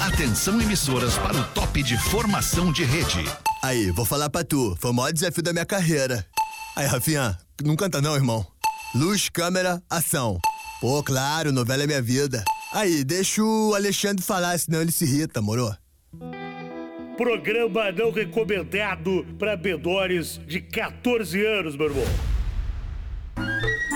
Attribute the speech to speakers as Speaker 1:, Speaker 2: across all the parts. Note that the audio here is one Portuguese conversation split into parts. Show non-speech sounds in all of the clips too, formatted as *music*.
Speaker 1: Atenção emissoras para o top de formação de rede.
Speaker 2: Aí, vou falar pra tu. Foi o maior desafio da minha carreira. Aí, Rafinha, não canta não, irmão. Luz, câmera, ação. Pô, claro, novela é minha vida. Aí, deixa o Alexandre falar, senão ele se irrita, moro?
Speaker 3: Programa não recomendado para bedores de 14 anos, meu irmão.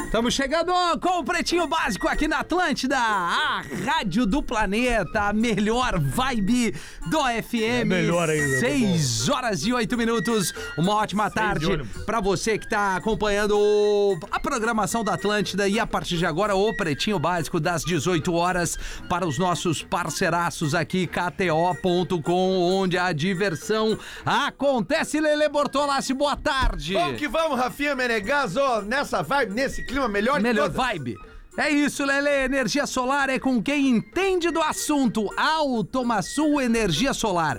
Speaker 4: Estamos chegando com o Pretinho Básico aqui na Atlântida, a rádio do planeta, a melhor vibe do FM. É
Speaker 3: melhor ainda, tá
Speaker 4: 6 horas e 8 minutos, uma ótima tarde para você que está acompanhando o- a programação da Atlântida e a partir de agora o Pretinho Básico das 18 horas para os nossos parceiraços aqui, KTO.com, onde a diversão acontece. Lele Bortolassi, boa tarde.
Speaker 5: Vamos que vamos, Rafinha Menegaso, nessa vibe, nesse clima melhor de
Speaker 4: Melhor
Speaker 5: todas.
Speaker 4: vibe. É isso, Lele. Energia solar é com quem entende do assunto. Automaçul Energia Solar.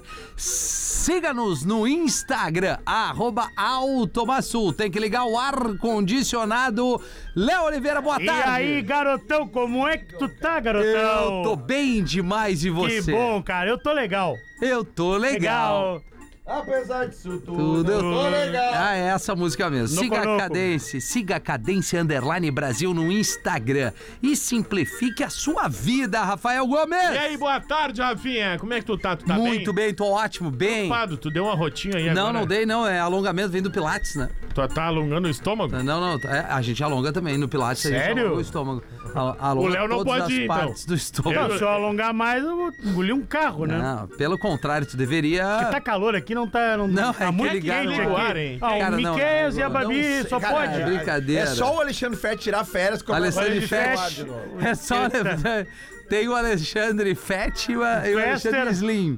Speaker 4: Siga-nos no Instagram, arroba Automaçul. Tem que ligar o ar-condicionado. Léo Oliveira, boa
Speaker 3: E
Speaker 4: tarde.
Speaker 3: aí, garotão, como é que tu tá, garotão?
Speaker 4: Eu tô bem demais e
Speaker 3: Que
Speaker 4: você?
Speaker 3: bom, cara, eu tô legal.
Speaker 4: Eu tô legal.
Speaker 5: Apesar disso tudo,
Speaker 4: Tudo eu
Speaker 5: tô legal.
Speaker 4: Ah, é essa música mesmo.
Speaker 3: No
Speaker 4: siga
Speaker 3: Conoco.
Speaker 4: a Cadence, siga a Cadence Underline Brasil no Instagram e simplifique a sua vida, Rafael Gomes.
Speaker 6: E aí, boa tarde, Rafinha. Como é que tu tá? Tu tá bem?
Speaker 4: Muito bem, tô ótimo, bem.
Speaker 6: Ocupado? Tu deu uma rotinha aí
Speaker 4: Não,
Speaker 6: agora?
Speaker 4: não dei, não. É alongamento, vem do Pilates, né?
Speaker 6: Tu tá alongando o estômago?
Speaker 4: Não, não. é, a gente alonga também no Pilates. A gente
Speaker 6: Sério?
Speaker 4: alonga o estômago. Al- Alonga
Speaker 6: O Léo não
Speaker 4: todas
Speaker 6: pode
Speaker 4: as
Speaker 6: ir, então.
Speaker 4: partes do
Speaker 3: Não,
Speaker 4: estômago.
Speaker 3: se eu alongar mais, eu vou engolir um carro, né?
Speaker 4: Não, pelo contrário, tu deveria.
Speaker 3: Porque tá calor aqui, não tá. Não,
Speaker 4: Não, é
Speaker 3: tá
Speaker 4: que
Speaker 3: muito
Speaker 4: ligaram
Speaker 3: quente
Speaker 6: lá.
Speaker 3: aqui.
Speaker 6: Ligaram, hein?
Speaker 3: Ah,
Speaker 4: Cara,
Speaker 3: o
Speaker 4: não,
Speaker 3: Miquel e a
Speaker 4: não
Speaker 3: Babi
Speaker 4: sei,
Speaker 3: só
Speaker 4: cara,
Speaker 3: pode.
Speaker 4: é brincadeira.
Speaker 5: É só o Alexandre Fett tirar férias é com a
Speaker 4: Alexandre
Speaker 3: Fett.
Speaker 4: Fett. É só o Alexandre. Tem o Alexandre Fett e o e o Alexandre
Speaker 3: Fester.
Speaker 4: Slim.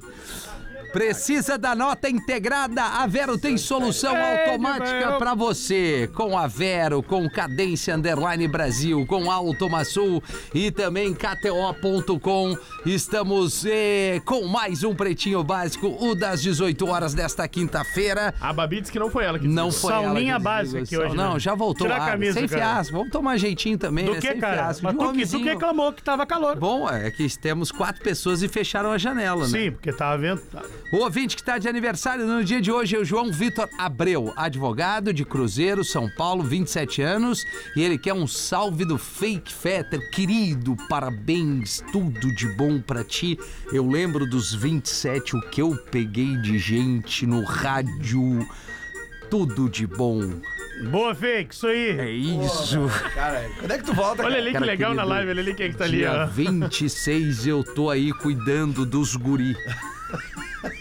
Speaker 4: Precisa da nota integrada? A Vero tem solução automática para você. Com a Vero, com Cadência Underline Brasil, com Automaçul e também KTO.com. Estamos eh, com mais um Pretinho Básico, o das 18 horas desta quinta-feira.
Speaker 6: A Babi disse que não foi ela que
Speaker 4: Não foi
Speaker 3: Saulinha
Speaker 4: ela que desligou
Speaker 3: básica
Speaker 4: o
Speaker 3: aqui
Speaker 4: som.
Speaker 3: hoje,
Speaker 4: Não,
Speaker 3: né?
Speaker 4: já voltou
Speaker 3: Tira a
Speaker 4: lá.
Speaker 3: camisa,
Speaker 4: sem
Speaker 3: cara.
Speaker 4: fiasco. Vamos tomar jeitinho também,
Speaker 3: Do
Speaker 4: né?
Speaker 3: que,
Speaker 4: sem
Speaker 3: cara?
Speaker 4: fiasco.
Speaker 3: Mas
Speaker 4: De
Speaker 3: tu, que- tu
Speaker 4: homenzinho.
Speaker 3: que reclamou que tava calor.
Speaker 4: Bom, é que temos quatro pessoas e fecharam a janela, né?
Speaker 3: Sim, porque tava vendo.
Speaker 4: O ouvinte que está de aniversário no dia de hoje é o João Vitor Abreu, advogado de Cruzeiro, São Paulo, 27 anos, e ele quer um salve do Fake Fetter. Querido, parabéns, tudo de bom pra ti. Eu lembro dos 27, o que eu peguei de gente no rádio. Tudo de bom.
Speaker 3: Boa, fake, isso aí.
Speaker 4: É isso.
Speaker 5: Cara, quando é que tu volta?
Speaker 6: Olha
Speaker 5: cara?
Speaker 6: ali que
Speaker 4: Cara,
Speaker 6: legal na
Speaker 4: querido,
Speaker 6: live, olha ali quem é que tá ali,
Speaker 4: Dia
Speaker 6: ó.
Speaker 4: 26 eu tô aí cuidando dos guri.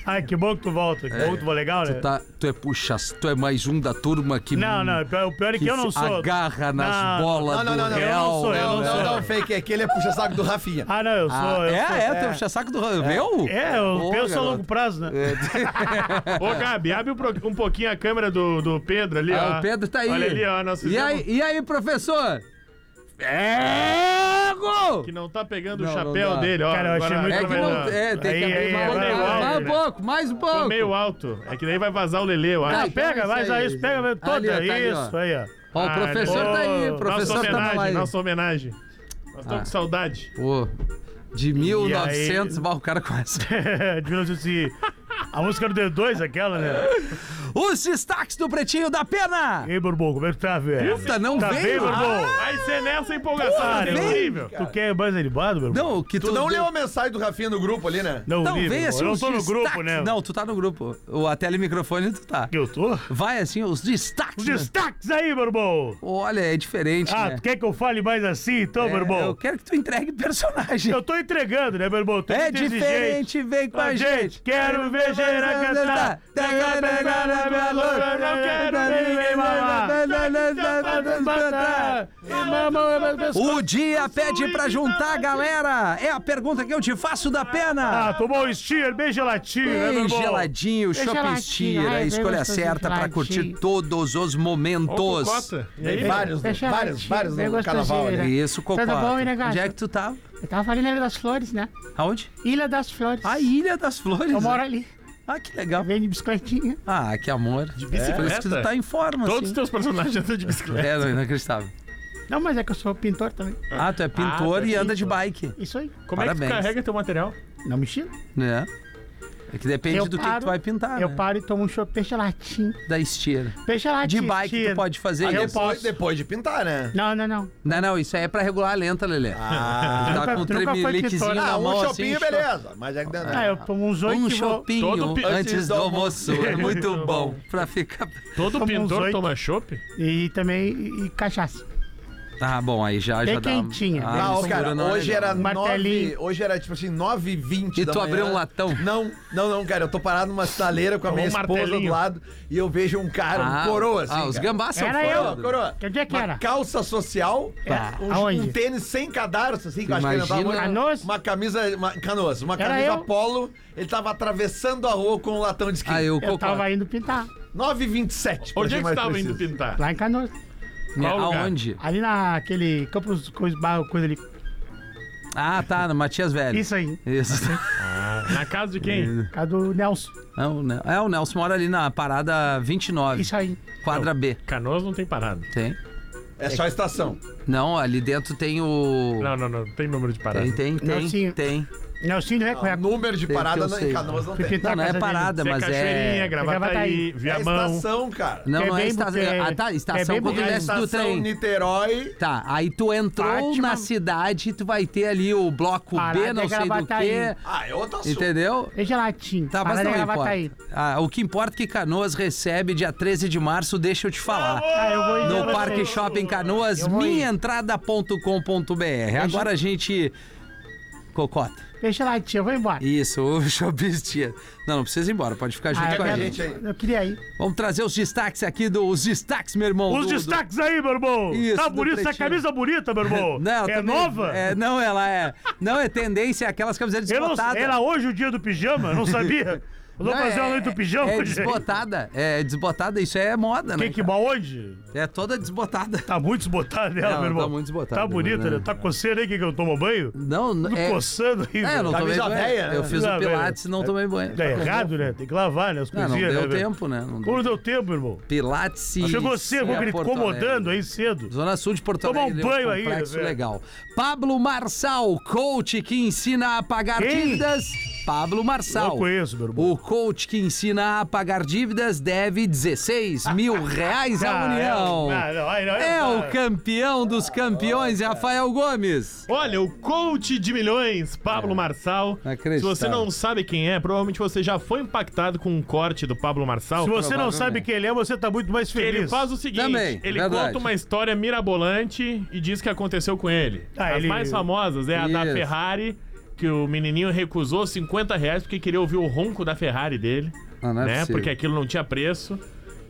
Speaker 3: Ai, que bom que tu volta. Que bom que tu vai legal, né?
Speaker 4: Tá, tu é puxa, tu é mais um da turma que
Speaker 3: Não, não, o pior- o pior é que, eu não
Speaker 4: se
Speaker 3: sou.
Speaker 4: agarra nas
Speaker 3: Não,
Speaker 4: bolas
Speaker 5: não, não,
Speaker 4: do
Speaker 5: não, não, eu
Speaker 3: não
Speaker 4: Real.
Speaker 3: sou, eu
Speaker 5: Não, não,
Speaker 3: sou.
Speaker 5: não, fake. É que ele é puxa-saco do Rafinha.
Speaker 3: Ah, não, eu sou.
Speaker 4: Ah,
Speaker 3: eu
Speaker 4: é,
Speaker 3: sou.
Speaker 4: é, teu puxa-saco do Real. Meu?
Speaker 3: É,
Speaker 4: Ô,
Speaker 3: eu penso a
Speaker 4: garoto.
Speaker 3: longo prazo, né?
Speaker 4: É.
Speaker 6: Ô, Gabi, abre um, pro- um pouquinho a câmera do, do Pedro ali, ó.
Speaker 3: é.
Speaker 4: Ah, o Pedro tá aí.
Speaker 6: Olha ali, ó, nós
Speaker 4: e,
Speaker 6: fizemos-
Speaker 4: aí e aí, professor? Ego!
Speaker 6: Que não tá pegando
Speaker 4: Não,
Speaker 6: o
Speaker 4: não
Speaker 6: chapéu
Speaker 4: dá.
Speaker 6: dele, ó.
Speaker 3: Cara, eu achei muito
Speaker 4: É que não.
Speaker 3: Não.
Speaker 4: É, tem que
Speaker 3: Aí,
Speaker 4: abrir
Speaker 3: aí,
Speaker 4: mais,
Speaker 6: aí,
Speaker 4: mais,
Speaker 6: aí,
Speaker 4: mais
Speaker 6: aí.
Speaker 4: um pouco, mais um
Speaker 6: Ficou
Speaker 4: pouco.
Speaker 6: meio alto. É que daí vai vazar o Lelê, eu acho.
Speaker 4: Ai,
Speaker 3: Pega,
Speaker 4: Isso
Speaker 3: mas
Speaker 4: aí.
Speaker 3: aí, pega toda.
Speaker 4: Ali, ó, tá ali, ó.
Speaker 3: isso, aí, ó.
Speaker 4: Ó, o
Speaker 6: Ah,
Speaker 4: professor
Speaker 6: ele-
Speaker 4: tá aí,
Speaker 6: Ô,
Speaker 4: o professor
Speaker 6: nossa
Speaker 4: tá
Speaker 6: homenagem,
Speaker 4: lá. aí.
Speaker 6: Nossa homenagem. Nós estamos
Speaker 4: Ah.
Speaker 6: com
Speaker 3: *laughs*
Speaker 6: saudade.
Speaker 4: Pô, de 1900,
Speaker 3: aí?
Speaker 4: bah, o
Speaker 3: *laughs*
Speaker 4: cara conhece.
Speaker 3: É, De 1900 e- A música do D2, aquela, né?
Speaker 4: Os destaques do Pretinho da Pena!
Speaker 3: E aí, Bourbon, como é que tu tá, velho?
Speaker 4: Puta, não
Speaker 3: tá
Speaker 4: veio?
Speaker 3: bem, Bourbon?
Speaker 6: Ah, Vai ser nessa empolgação,
Speaker 3: Cara,
Speaker 6: é
Speaker 4: vem,
Speaker 6: incrível.
Speaker 3: tu quer mais animado, Bourbon?
Speaker 4: Não, o que tu,
Speaker 5: Tu não
Speaker 4: deu-
Speaker 5: leu a mensagem do Rafinha no grupo ali, né?
Speaker 3: não,
Speaker 4: Então,
Speaker 3: livre,
Speaker 4: vem
Speaker 3: Bourbon.
Speaker 4: assim
Speaker 3: um Eu não
Speaker 4: os
Speaker 3: tô no
Speaker 4: destaques.
Speaker 3: grupo, né?
Speaker 4: Não, tu tá no grupo. O, a telemicrofone tu tá.
Speaker 3: Eu tô?
Speaker 4: Vai assim, os destaques.
Speaker 3: Os
Speaker 4: né?
Speaker 3: destaques aí, Bourbon!
Speaker 4: Olha, é diferente,
Speaker 3: Ah,
Speaker 4: né?
Speaker 3: tu quer que eu fale mais assim, então,
Speaker 4: É,
Speaker 3: Bourbon?
Speaker 4: eu quero que tu entregue personagem.
Speaker 3: Eu tô entregando, né, meu irmão? Tô
Speaker 4: É
Speaker 3: muito exigente.
Speaker 4: diferente, vem com a gente.
Speaker 3: Quero ver Gera cantar. Pegar, pegar na minha loura, não quero ninguém mamar.
Speaker 4: O dia é pede pra juntar a galera. É a pergunta que eu te faço da
Speaker 3: Ah,
Speaker 4: pena.
Speaker 3: tomou um steer bem gelatinho, né, meu
Speaker 4: Bem
Speaker 3: irmão?
Speaker 4: geladinho, shopping
Speaker 7: É geladinho.
Speaker 4: steer,
Speaker 7: Ai,
Speaker 4: a
Speaker 7: bem
Speaker 4: escolha
Speaker 7: gostoso,
Speaker 4: certa pra
Speaker 7: geladinho.
Speaker 4: curtir todos os
Speaker 6: Ô,
Speaker 4: momentos.
Speaker 6: Cocota, E aí,
Speaker 5: Tem
Speaker 4: assim.
Speaker 5: vários, né?
Speaker 7: Deixa
Speaker 5: vários,
Speaker 7: eu-
Speaker 5: vários
Speaker 7: eu
Speaker 5: no
Speaker 7: gosto
Speaker 5: carnaval
Speaker 7: de-
Speaker 5: ali.
Speaker 4: Isso, Cocota.
Speaker 7: Tudo bom, hein, né,
Speaker 4: Onde é
Speaker 7: gato?
Speaker 4: que tu tava?
Speaker 7: Eu tava ali na Ilha das Flores, né?
Speaker 4: Aonde?
Speaker 7: Ilha das Flores.
Speaker 4: A Ilha das Flores.
Speaker 7: Eu moro ali.
Speaker 4: Ah, que legal.
Speaker 7: Vem de bicicletinha.
Speaker 4: Ah, que amor. De
Speaker 6: bicicleta?
Speaker 4: Por isso que tu tá em forma,
Speaker 6: Todos os
Speaker 4: assim.
Speaker 8: é
Speaker 6: teus personagens andam de bicicleta.
Speaker 4: É, não, inacreditável.
Speaker 7: Não, mas é que eu sou pintor também.
Speaker 4: Ah, tu é pintor
Speaker 8: tá
Speaker 4: e anda de
Speaker 8: pintor.
Speaker 4: bike,
Speaker 7: Isso aí.
Speaker 8: Como é
Speaker 4: Parabéns.
Speaker 8: que tu carrega teu material?
Speaker 7: Não mexi.
Speaker 4: né? É que depende
Speaker 7: Eu
Speaker 4: do que que,
Speaker 7: paro-
Speaker 4: tu vai pintar,
Speaker 7: Eu É
Speaker 4: né?
Speaker 7: paro e tomo um chope peixe latim.
Speaker 4: Da esteira.
Speaker 7: Peixe latim.
Speaker 4: De bike
Speaker 7: tira.
Speaker 4: tu pode fazer
Speaker 3: Depois,
Speaker 4: isso.
Speaker 3: depois de pintar, né?
Speaker 7: Não, não, não.
Speaker 4: Não, não, isso aí é pra regular a lenta, Lelê.
Speaker 3: Ah,
Speaker 4: tá com um
Speaker 7: nunca foi
Speaker 4: tremeliquezinho
Speaker 7: pintor.
Speaker 4: na
Speaker 3: ah,
Speaker 4: mão
Speaker 3: um
Speaker 4: assim.
Speaker 3: chopinho, beleza. Mas é que dá-
Speaker 7: Ah, eu tomo uns
Speaker 4: cho-
Speaker 7: oito
Speaker 4: Um
Speaker 7: e vou-
Speaker 4: chopinho
Speaker 8: Todo pi-
Speaker 4: antes do almoço. É muito bom. Pra ficar.
Speaker 8: Todo
Speaker 7: Como uns
Speaker 8: pintor
Speaker 7: oito.
Speaker 8: toma chopp?
Speaker 7: E também e, e cachaça.
Speaker 4: Ah, bom, aí já,
Speaker 7: Bem
Speaker 4: já dá.
Speaker 7: quentinha.
Speaker 4: Ah,
Speaker 3: Ah,
Speaker 4: isso
Speaker 3: ô, cara,
Speaker 4: dura, não é
Speaker 3: hoje
Speaker 4: legal.
Speaker 3: era
Speaker 7: Martelinho.
Speaker 3: 9, hoje era tipo assim, 9 h 20
Speaker 4: E
Speaker 3: da
Speaker 4: tu
Speaker 3: manhã.
Speaker 4: abriu um latão?
Speaker 3: Não, não, não, cara, eu tô parado numa estaleira com a
Speaker 8: Ou
Speaker 3: minha
Speaker 8: um
Speaker 3: esposa
Speaker 8: martelinho.
Speaker 3: do lado e eu vejo um cara,
Speaker 4: Ah,
Speaker 3: um coroa assim,
Speaker 4: Ah, os
Speaker 3: cara.
Speaker 4: gambás são
Speaker 7: Era
Speaker 4: foda.
Speaker 7: eu,
Speaker 3: Coroa, coroa.
Speaker 7: Que dia que
Speaker 3: Uma
Speaker 7: era?
Speaker 3: calça social,
Speaker 7: Tá,
Speaker 3: um,
Speaker 7: aonde?
Speaker 3: um tênis sem cadarço, assim, que eu acho que ele
Speaker 4: Imagina-
Speaker 3: andava muito.
Speaker 7: Canoas?
Speaker 3: Uma camisa, uma, canoas, uma
Speaker 7: Era
Speaker 3: camisa
Speaker 7: eu.
Speaker 3: polo, ele tava atravessando a rua com um latão de
Speaker 4: Ah,
Speaker 3: esquina.
Speaker 4: eu,
Speaker 7: Eu
Speaker 4: cocô.
Speaker 7: tava indo pintar.
Speaker 3: 9 h 27
Speaker 8: Onde é que você tava indo pintar?
Speaker 7: Lá em Canoas.
Speaker 4: Né,
Speaker 8: Qual lugar?
Speaker 4: Aonde?
Speaker 7: Ali naquele campo dos coisas, barro, coisa ali.
Speaker 4: Ah, tá, no Matias Velho.
Speaker 7: Isso aí. *laughs*
Speaker 4: Isso.
Speaker 8: Na casa de quem?
Speaker 7: Casa do Nelson.
Speaker 4: É, o Nel- é, o Nelson mora ali na parada 29,
Speaker 7: Isso aí.
Speaker 4: quadra B.
Speaker 8: Canoas não tem parada.
Speaker 4: Tem?
Speaker 3: É só a estação.
Speaker 4: Não, ali dentro tem o.
Speaker 8: Não, não, não. Não tem número de parada.
Speaker 4: Tem, tem, tem,
Speaker 7: Nelsinho.
Speaker 4: tem.
Speaker 7: Nelson do Reco
Speaker 3: O
Speaker 7: Reco.
Speaker 3: número de
Speaker 4: Tem que eu
Speaker 3: parada na-
Speaker 4: sei.
Speaker 3: em canoas não
Speaker 7: Fui
Speaker 3: tem.
Speaker 7: pintar
Speaker 4: Não, não
Speaker 7: a
Speaker 4: é
Speaker 7: Tá casa
Speaker 4: parada,
Speaker 8: Você é
Speaker 4: mas
Speaker 8: Cachoeirinha,
Speaker 4: é.
Speaker 8: Gravataí,
Speaker 3: É
Speaker 7: Gravataí.
Speaker 3: a
Speaker 8: Viamão.
Speaker 3: estação, cara.
Speaker 4: Não,
Speaker 7: É
Speaker 4: não é
Speaker 7: bem
Speaker 4: estação.
Speaker 7: porque-
Speaker 4: Ah, tá,
Speaker 7: é
Speaker 4: estação
Speaker 7: bem
Speaker 4: quando
Speaker 3: É
Speaker 7: porque
Speaker 3: a
Speaker 4: desce do
Speaker 3: estação
Speaker 4: trem.
Speaker 3: Niterói.
Speaker 4: Tá, aí tu entrou
Speaker 7: Fátima.
Speaker 4: na cidade, tu vai ter ali o bloco
Speaker 7: Parada
Speaker 4: B, não
Speaker 7: é
Speaker 4: sei do
Speaker 7: Gravataí.
Speaker 4: quê.
Speaker 3: Ah, é outro assunto.
Speaker 4: Entendeu?
Speaker 7: Veja latim.
Speaker 4: Tá, mas
Speaker 7: Parada
Speaker 4: não
Speaker 7: de
Speaker 4: importa.
Speaker 7: Gravataí.
Speaker 4: Ah, o que importa é que Canoas recebe dia 13 de março, deixa eu te falar.
Speaker 7: Ah, eu vou ir
Speaker 4: no
Speaker 7: ver
Speaker 4: Parque
Speaker 7: vocês.
Speaker 4: Shopping Canoas,
Speaker 7: Eu vou ir.
Speaker 4: minhaentrada.com.br. Agora a gente. Cocota.
Speaker 7: Veja latim, eu vou embora.
Speaker 4: Isso, o *laughs* showbistia. Não, não precisa ir embora, pode ficar junto
Speaker 7: Ah, eu
Speaker 4: com a
Speaker 7: quero-
Speaker 4: gente.
Speaker 3: gente.
Speaker 7: Eu queria ir.
Speaker 4: Vamos trazer os destaques aqui do. Os destaques, meu irmão.
Speaker 8: Os
Speaker 4: do- do-
Speaker 8: destaques aí, meu irmão.
Speaker 4: Isso,
Speaker 8: tá
Speaker 4: do
Speaker 8: bonita essa
Speaker 4: pretinho.
Speaker 8: camisa bonita, meu irmão.
Speaker 4: *laughs* Não,
Speaker 8: é
Speaker 4: também-
Speaker 8: nova?
Speaker 4: É, não, ela é. Não, é tendência, aquelas camisetas
Speaker 8: Eu não,
Speaker 4: desbotadas.
Speaker 8: era hoje é o dia do pijama?
Speaker 4: *laughs*
Speaker 8: Não sabia? Eu vou
Speaker 4: Não,
Speaker 8: fazer
Speaker 4: é-
Speaker 8: a noite do pijama,
Speaker 4: É
Speaker 8: gente.
Speaker 4: desbotada, é desbotada, isso é moda, né?
Speaker 8: Que que
Speaker 4: cara?
Speaker 8: mal hoje?
Speaker 4: É toda desbotada.
Speaker 8: Tá muito desbotada dela,
Speaker 4: Não,
Speaker 8: meu irmão.
Speaker 4: tá muito desbotada,
Speaker 8: Tá bonita,
Speaker 4: né?
Speaker 8: né? Tá coceira aí que que eu tomo banho?
Speaker 4: Não, não-
Speaker 8: Tô
Speaker 4: é.
Speaker 8: coçando aí.
Speaker 4: É, eu não
Speaker 8: velho.
Speaker 4: tomei
Speaker 3: Camisa
Speaker 4: banho.
Speaker 3: velha, né?
Speaker 4: Eu fiz o
Speaker 8: Não,
Speaker 4: Pilates e não tomei banho. Ah,
Speaker 8: Tá errado, né? Tem que lavar, né? As
Speaker 4: Não, não
Speaker 8: coisinhas, né,
Speaker 4: deu
Speaker 8: velho?
Speaker 4: tempo, é né? Não deu.
Speaker 8: Como não deu tempo, irmão?
Speaker 4: Pilates e.
Speaker 8: Chegou cedo,
Speaker 4: e a
Speaker 8: vou
Speaker 4: Porto
Speaker 8: incomodando
Speaker 4: Alegre.
Speaker 8: aí cedo.
Speaker 4: Zona Sul de Porto
Speaker 8: Tomar um
Speaker 4: Alegre. é
Speaker 8: banho aí,
Speaker 4: complexo
Speaker 8: velho.
Speaker 4: legal. Pablo Marçal, coach que ensina a pagar
Speaker 8: Quem?
Speaker 4: dívidas. Pablo Marçal.
Speaker 8: Não conheço, meu irmão.
Speaker 4: O coach que ensina a pagar dívidas deve 16
Speaker 8: *laughs*
Speaker 4: mil reais à
Speaker 8: Ah, é
Speaker 4: União.
Speaker 8: o- ah, não, aí não, aí
Speaker 4: É
Speaker 8: não
Speaker 4: o
Speaker 8: dá.
Speaker 4: campeão dos campeões, Rafael Gomes.
Speaker 8: Olha, o coach de milhões,
Speaker 4: É.
Speaker 8: Pablo Marçal. Se
Speaker 4: Inacreditável.
Speaker 8: você não sabe quem é, provavelmente você já foi impactado com um corte do Pablo Marçal.
Speaker 3: Se você não
Speaker 4: Provavelmente.
Speaker 3: sabe quem ele é, você tá muito mais feliz.
Speaker 8: Ele faz o seguinte,
Speaker 4: Também,
Speaker 8: ele
Speaker 4: verdade.
Speaker 8: conta uma história mirabolante e diz que aconteceu com ele.
Speaker 3: Ah,
Speaker 8: As
Speaker 3: ele-
Speaker 8: mais famosas é a da
Speaker 4: Isso.
Speaker 8: Ferrari, que o menininho recusou 50 reais porque queria ouvir o ronco da Ferrari dele,
Speaker 4: Ah, não é
Speaker 8: né?
Speaker 4: possível.
Speaker 8: Porque aquilo não tinha preço.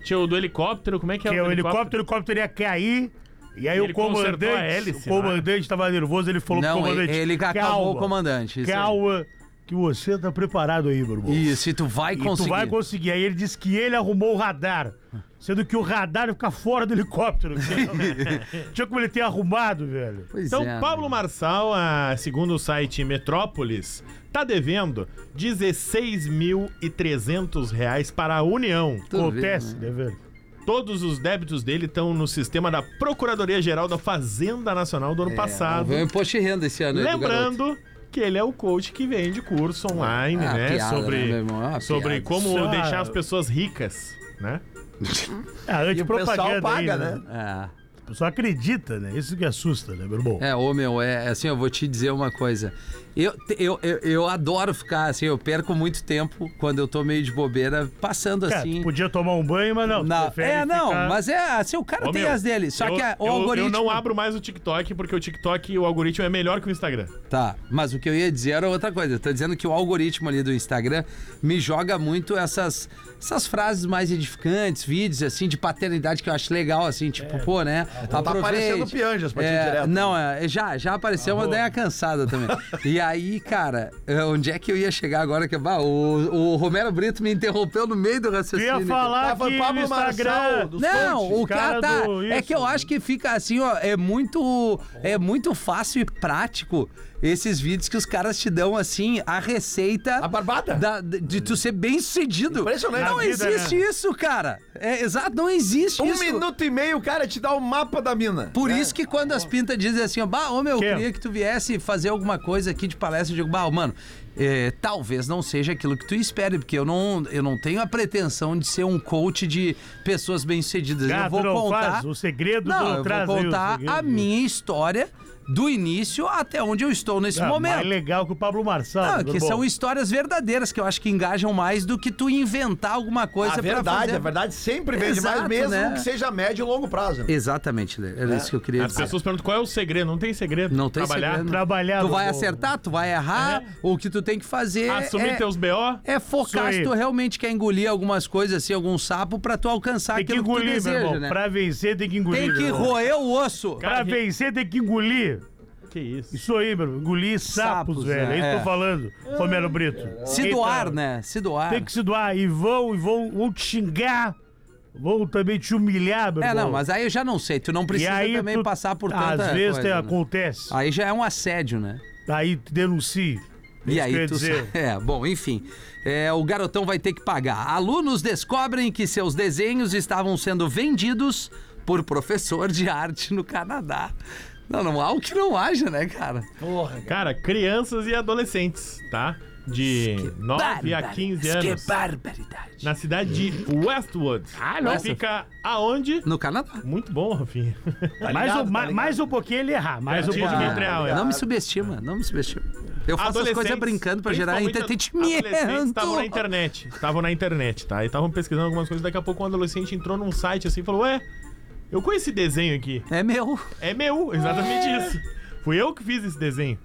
Speaker 8: Tinha o do helicóptero, como é que é
Speaker 3: Que
Speaker 8: o
Speaker 3: o
Speaker 8: helicóptero?
Speaker 3: helicóptero, o helicóptero ia cair. E aí
Speaker 8: Ele
Speaker 3: o
Speaker 8: consertou
Speaker 3: comandante,
Speaker 8: a hélice, né?
Speaker 3: o comandante tava nervoso, ele falou
Speaker 4: Não,
Speaker 3: pro comandante.
Speaker 4: ele acabou
Speaker 3: "Calma,
Speaker 4: o comandante. isso aí.
Speaker 3: Calma, que você tá preparado aí, meu
Speaker 8: é
Speaker 3: irmão.
Speaker 4: Isso, e tu vai
Speaker 3: E
Speaker 4: conseguir.
Speaker 3: tu vai conseguir. Aí ele disse que ele arrumou o radar. Sendo que o radar fica fora do helicóptero.
Speaker 4: *laughs*
Speaker 3: Tinha como ele ter arrumado, velho.
Speaker 4: Pois
Speaker 8: Então,
Speaker 4: é,
Speaker 8: Pablo
Speaker 4: né?
Speaker 8: Marçal, ah, segundo o site Metrópolis, tá devendo 16.300 reais para a União.
Speaker 4: Tu vê,
Speaker 3: Acontece,
Speaker 4: né?
Speaker 3: né, velho?
Speaker 8: Todos os débitos dele estão no sistema da Procuradoria-Geral da Fazenda Nacional
Speaker 4: É,
Speaker 8: do ano passado.
Speaker 4: Veio o um imposto de renda esse ano. aí né, do garoto.
Speaker 8: Lembrando que ele é o coach que vende curso online,
Speaker 4: Ah,
Speaker 8: né?
Speaker 4: piada,
Speaker 8: sobre
Speaker 4: né, meu irmão? É uma
Speaker 8: sobre
Speaker 4: piada.
Speaker 8: como
Speaker 3: Isso é-
Speaker 8: deixar as pessoas ricas, né?
Speaker 3: É a
Speaker 7: antipropaganda aí, né?
Speaker 4: É.
Speaker 3: O pessoal acredita, né? Isso que assusta, né, meu irmão?
Speaker 4: É, ô meu, é assim, eu vou te dizer uma coisa. Eu, te- eu, eu, eu adoro ficar assim, eu perco muito tempo quando eu tô meio de bobeira, passando
Speaker 3: Cara,
Speaker 4: assim.
Speaker 3: tu podia tomar um banho, mas não. tu
Speaker 4: na-
Speaker 3: prefere
Speaker 4: é, não,
Speaker 3: ficar-
Speaker 4: mas é assim, o cara
Speaker 8: Ô,
Speaker 4: tem
Speaker 8: meu,
Speaker 4: as dele. Só
Speaker 8: eu,
Speaker 4: que a- o
Speaker 8: eu-
Speaker 4: algoritmo.
Speaker 8: Eu não abro mais o TikTok, porque o TikTok, o algoritmo é melhor que o Instagram.
Speaker 4: Tá, mas o que eu ia dizer era outra coisa. Eu tô dizendo que o algoritmo ali do Instagram me joga muito essas, essas frases mais edificantes, vídeos assim de paternidade que eu acho legal, assim, tipo, pô, né? aproveite.
Speaker 3: É. Então tá aparecendo Pianjas pra ti
Speaker 4: É,
Speaker 3: direto.
Speaker 4: Não, é, já, já apareceu, mas daí é cansada também. e aí, cara, é, onde é que eu ia chegar agora? Que, bah, o, o Romero Brito me interrompeu no meio do
Speaker 3: Tu
Speaker 4: raciocínio.
Speaker 3: ia falar
Speaker 4: cara.
Speaker 3: que o
Speaker 4: Pablo
Speaker 3: Instagram...
Speaker 4: Marçal,
Speaker 3: dos
Speaker 4: não,
Speaker 3: coaches,
Speaker 4: o cara tá.
Speaker 3: do-
Speaker 4: é
Speaker 3: isso,
Speaker 4: que eu acho que fica assim, ó, é muito, é muito fácil e prático esses vídeos que os caras te dão, assim, a receita.
Speaker 5: A barbada?
Speaker 4: da- de, de tu ser bem sucedido.
Speaker 5: Impressionante.
Speaker 4: Não
Speaker 5: Na
Speaker 3: vida,
Speaker 4: existe
Speaker 3: né?
Speaker 4: isso, cara. É, exato, não existe
Speaker 5: Um
Speaker 4: isso.
Speaker 5: minuto e meio, o cara te dá o mapa da mina.
Speaker 4: Por isso que quando as pintas dizem assim, ó, bah, ô meu, eu
Speaker 3: É. Quê?
Speaker 4: queria que tu viesse fazer alguma coisa aqui de palestra, eu digo, bah, ô, mano, é, talvez não seja aquilo que tu espere, porque eu não, eu não tenho a pretensão de ser um coach de pessoas bem-sucedidas. Eu
Speaker 3: Gato
Speaker 4: vou
Speaker 3: Ah, não
Speaker 4: contar...
Speaker 3: faz, o segredo
Speaker 4: Não,
Speaker 3: do-
Speaker 4: eu
Speaker 3: traz aí
Speaker 4: vou
Speaker 3: o
Speaker 4: contar
Speaker 3: segredo
Speaker 4: a
Speaker 3: do-
Speaker 4: minha história do início até onde eu estou nesse
Speaker 3: Ah,
Speaker 4: momento.
Speaker 3: mais legal que o Pablo Marçal.
Speaker 4: Não,
Speaker 3: meu
Speaker 4: que
Speaker 3: irmão.
Speaker 4: são histórias verdadeiras que eu acho que engajam mais do que tu inventar alguma coisa
Speaker 5: a
Speaker 4: é pra
Speaker 5: Ah, verdade,
Speaker 4: fazer.
Speaker 5: a verdade sempre vende
Speaker 4: Exato,
Speaker 5: mais, mesmo
Speaker 4: né?
Speaker 5: que seja a médio e longo prazo. né?
Speaker 4: Exatamente, Lê. era isso que eu queria
Speaker 8: As
Speaker 4: dizer.
Speaker 8: pessoas perguntam qual é o segredo. Não tem segredo.
Speaker 4: Não tem
Speaker 8: Trabalhar,
Speaker 4: segredo.
Speaker 3: trabalhar É.
Speaker 4: Tu
Speaker 3: no-
Speaker 4: vai acertar, tu vai errar. O que tu tem que fazer
Speaker 8: Assumir
Speaker 4: é,
Speaker 8: teus BO.
Speaker 4: é focar
Speaker 3: Isso
Speaker 4: se
Speaker 3: aí.
Speaker 4: tu realmente quer engolir algumas coisas, assim, algum sapo, pra tu alcançar
Speaker 3: Tem que
Speaker 4: aquilo que, tu
Speaker 3: engolir, meu
Speaker 4: deseja,
Speaker 3: irmão.
Speaker 4: né?
Speaker 3: Pra vencer tem que engolir.
Speaker 4: Tem que
Speaker 3: meu irmão.
Speaker 4: roer o osso.
Speaker 3: Pra vencer tem que engolir.
Speaker 8: Que isso.
Speaker 3: Isso aí, meu irmão. Engolir sapos,
Speaker 4: Sapos,
Speaker 3: velho. É isso
Speaker 4: é,
Speaker 3: que eu
Speaker 4: é.
Speaker 3: tô falando, Romero Brito.
Speaker 4: se
Speaker 3: Eita,
Speaker 4: doar, né? Se doar.
Speaker 3: Tem que se doar. E vão, e vão, vão te xingar. Vão também te humilhar, meu
Speaker 4: É,
Speaker 3: irmão.
Speaker 4: não, mas aí eu já não sei. Tu não
Speaker 3: E
Speaker 4: precisa
Speaker 3: aí
Speaker 4: também
Speaker 3: tu-
Speaker 4: passar por tanta
Speaker 3: Às vezes
Speaker 4: coisa,
Speaker 3: tem-
Speaker 4: né?
Speaker 3: acontece.
Speaker 4: Aí já é um assédio, né?
Speaker 3: Aí te denuncie.
Speaker 4: E
Speaker 3: Isso que eu ia
Speaker 4: aí tu
Speaker 3: dizer.
Speaker 4: *laughs* É, bom, enfim. É, o garotão vai ter que pagar. Alunos descobrem que seus desenhos estavam sendo vendidos por professor de arte no Canadá. Não, não há o que não haja, né, cara?
Speaker 8: Cara, crianças e adolescentes, tá? De 9 a 15
Speaker 4: Que
Speaker 8: anos.
Speaker 4: barbaridade.
Speaker 8: Na cidade de Westwood. Ah, não. Fica aonde?
Speaker 4: No Canadá.
Speaker 8: Muito bom, Rafinha.
Speaker 3: mais,
Speaker 5: ligado,
Speaker 3: um,
Speaker 5: tá
Speaker 3: ma-
Speaker 5: ligado.
Speaker 3: mais um pouquinho ele errar. Mais um
Speaker 8: Tinha de
Speaker 3: pouquinho.
Speaker 8: Montreal, é.
Speaker 4: Ah, não me subestima, não me subestima. Eu faço as
Speaker 8: Adolescentes,
Speaker 4: coisas brincando pra gerar
Speaker 8: principalmente
Speaker 4: entretenimento.
Speaker 8: adolescentes Estavam na internet. Estavam na internet, tá? E estavam pesquisando algumas coisas. Daqui a pouco um adolescente entrou num site assim e falou: Ué, eu conheço esse desenho aqui.
Speaker 4: É meu.
Speaker 8: É meu, exatamente
Speaker 3: É.
Speaker 8: isso. Fui eu que fiz esse desenho.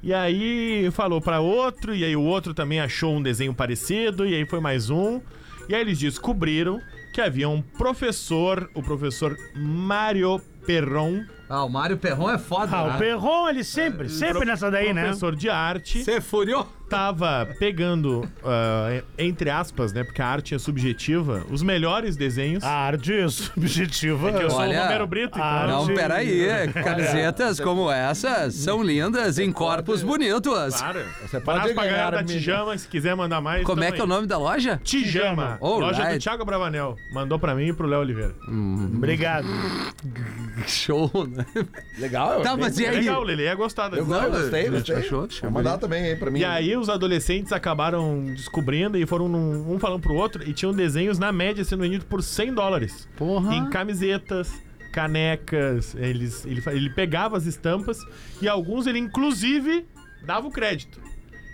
Speaker 8: E aí falou pra outro, e aí o outro também achou um desenho parecido, e aí foi mais um. E aí eles descobriram que havia um professor, o professor Mário Perron,
Speaker 4: Ah, o Mário Perron é foda,
Speaker 3: Ah, o Perron, ele sempre, sempre nessa daí, né?
Speaker 8: professor de arte,
Speaker 4: Você é furiou?
Speaker 8: tava pegando, ah, entre aspas, né, porque a arte é subjetiva, os melhores desenhos.
Speaker 3: A arte é *laughs* subjetiva.
Speaker 8: Eu sou
Speaker 4: olha,
Speaker 8: o Romero Brito, então.
Speaker 3: a
Speaker 4: Não,
Speaker 3: arte-
Speaker 4: peraí. Camisetas como essas são lindas em corpos bonitos.
Speaker 8: Claro. Você
Speaker 5: pode ganhar,
Speaker 8: pode pagar da
Speaker 5: amigo.
Speaker 8: Tijama, se quiser mandar mais.
Speaker 4: Como é
Speaker 8: tamo
Speaker 4: que é o
Speaker 8: aí.
Speaker 4: nome da loja?
Speaker 8: Tijama.
Speaker 4: All
Speaker 8: loja do
Speaker 4: right.
Speaker 8: Thiago Bravanel. Mandou pra mim e pro Léo Oliveira.
Speaker 4: Hum.
Speaker 3: Obrigado.
Speaker 4: Show, né?
Speaker 5: Legal,
Speaker 4: Tá,
Speaker 5: bem-
Speaker 4: mas e aí?
Speaker 8: Legal, Lele, ia gostar dessa.
Speaker 5: Não, eu gostei,
Speaker 4: Não,
Speaker 5: gostei.
Speaker 4: achou? Achou
Speaker 5: Vou mandar
Speaker 4: bonito.
Speaker 5: também aí pra mim.
Speaker 8: E aí os adolescentes acabaram descobrindo e foram num- um falando pro outro e tinham desenhos na média sendo vendidos por 100 dólares.
Speaker 4: Porra.
Speaker 8: Em camisetas, canecas, eles, ele, fa- ele pegava as estampas e alguns ele inclusive dava o crédito.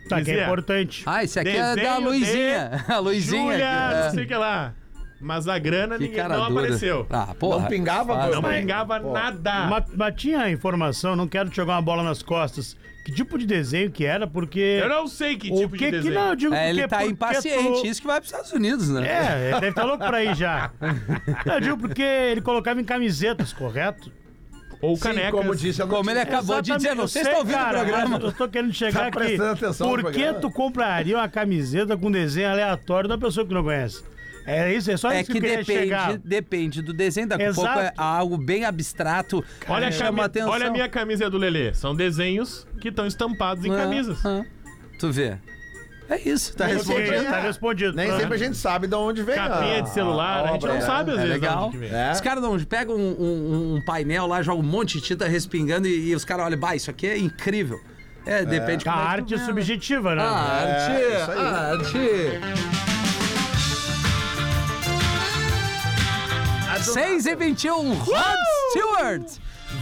Speaker 3: Tá, que é
Speaker 8: Dizia,
Speaker 3: importante.
Speaker 4: Ah, esse aqui é da
Speaker 8: Desenho de
Speaker 4: Luizinha. *laughs* A Luizinha.
Speaker 8: Júlia, não
Speaker 4: é.
Speaker 8: sei o que lá. Mas a grana
Speaker 4: Que
Speaker 8: ninguém
Speaker 4: cara
Speaker 8: não
Speaker 4: dura.
Speaker 8: apareceu.
Speaker 4: Ah, porra.
Speaker 5: Não pingava,
Speaker 4: Faz.
Speaker 5: pô.
Speaker 8: Não pingava nada.
Speaker 3: Mas, mas tinha informação, não quero te jogar uma bola nas costas. Que tipo de desenho que era, porque.
Speaker 8: Eu não sei que
Speaker 3: o
Speaker 8: tipo
Speaker 3: que
Speaker 8: de
Speaker 3: que
Speaker 8: desenho.
Speaker 3: não, eu digo
Speaker 4: É, ele
Speaker 3: porque-
Speaker 4: tá
Speaker 3: porque
Speaker 4: impaciente,
Speaker 3: tu-
Speaker 4: isso que vai pros Estados Unidos, né?
Speaker 3: É, ele deve estar louco pra ir
Speaker 4: *laughs*
Speaker 3: já. Não, eu digo porque ele colocava em camisetas, correto?
Speaker 8: Ou
Speaker 5: Sim,
Speaker 8: canecas.
Speaker 5: como disse a
Speaker 4: Como ele é
Speaker 5: notícia.
Speaker 4: acabou de dizer, não
Speaker 3: eu
Speaker 4: sei se
Speaker 3: sei,
Speaker 4: tá ouvindo o
Speaker 3: cara,
Speaker 4: programa.
Speaker 3: mas Eu tô querendo chegar
Speaker 5: Tá
Speaker 3: aqui.
Speaker 5: prestando atenção no
Speaker 3: Por que
Speaker 5: programa?
Speaker 3: tu compraria uma camiseta com desenho aleatório de uma pessoa que tu não conhece? É isso, é só
Speaker 4: É
Speaker 3: isso
Speaker 4: que
Speaker 3: eu queria chegar.
Speaker 4: depende, depende do desenho, daqui a
Speaker 3: Exato.
Speaker 4: pouco é algo bem abstrato.
Speaker 8: Olha a,
Speaker 4: que É, chama
Speaker 8: cami-
Speaker 4: atenção.
Speaker 8: olha a minha camisa do Lelê. São desenhos que estão estampados em
Speaker 4: Ah,
Speaker 8: camisas.
Speaker 4: ah. Tu vê. É isso, tá
Speaker 5: Eu
Speaker 3: Ok,
Speaker 4: resolvido.
Speaker 5: sempre-
Speaker 3: tá respondido.
Speaker 5: Nem
Speaker 4: né?
Speaker 3: Ah.
Speaker 5: sempre a gente sabe de onde vem.
Speaker 8: Capinha de celular, a, gente não
Speaker 5: obra, é.
Speaker 8: sabe às
Speaker 4: É
Speaker 8: vezes.
Speaker 4: legal.
Speaker 8: onde que vem.
Speaker 5: É.
Speaker 4: Os caras não pegam um, um- um painel lá, jogam um monte de tinta respingando e, e os caras olham, bah, isso aqui é incrível. É, depende
Speaker 3: A
Speaker 4: como é que tu
Speaker 3: arte é
Speaker 4: vê, né?
Speaker 3: subjetiva, né?
Speaker 4: A arte,
Speaker 5: É, isso aí.
Speaker 4: a arte. 6 e 21, Rod Stewart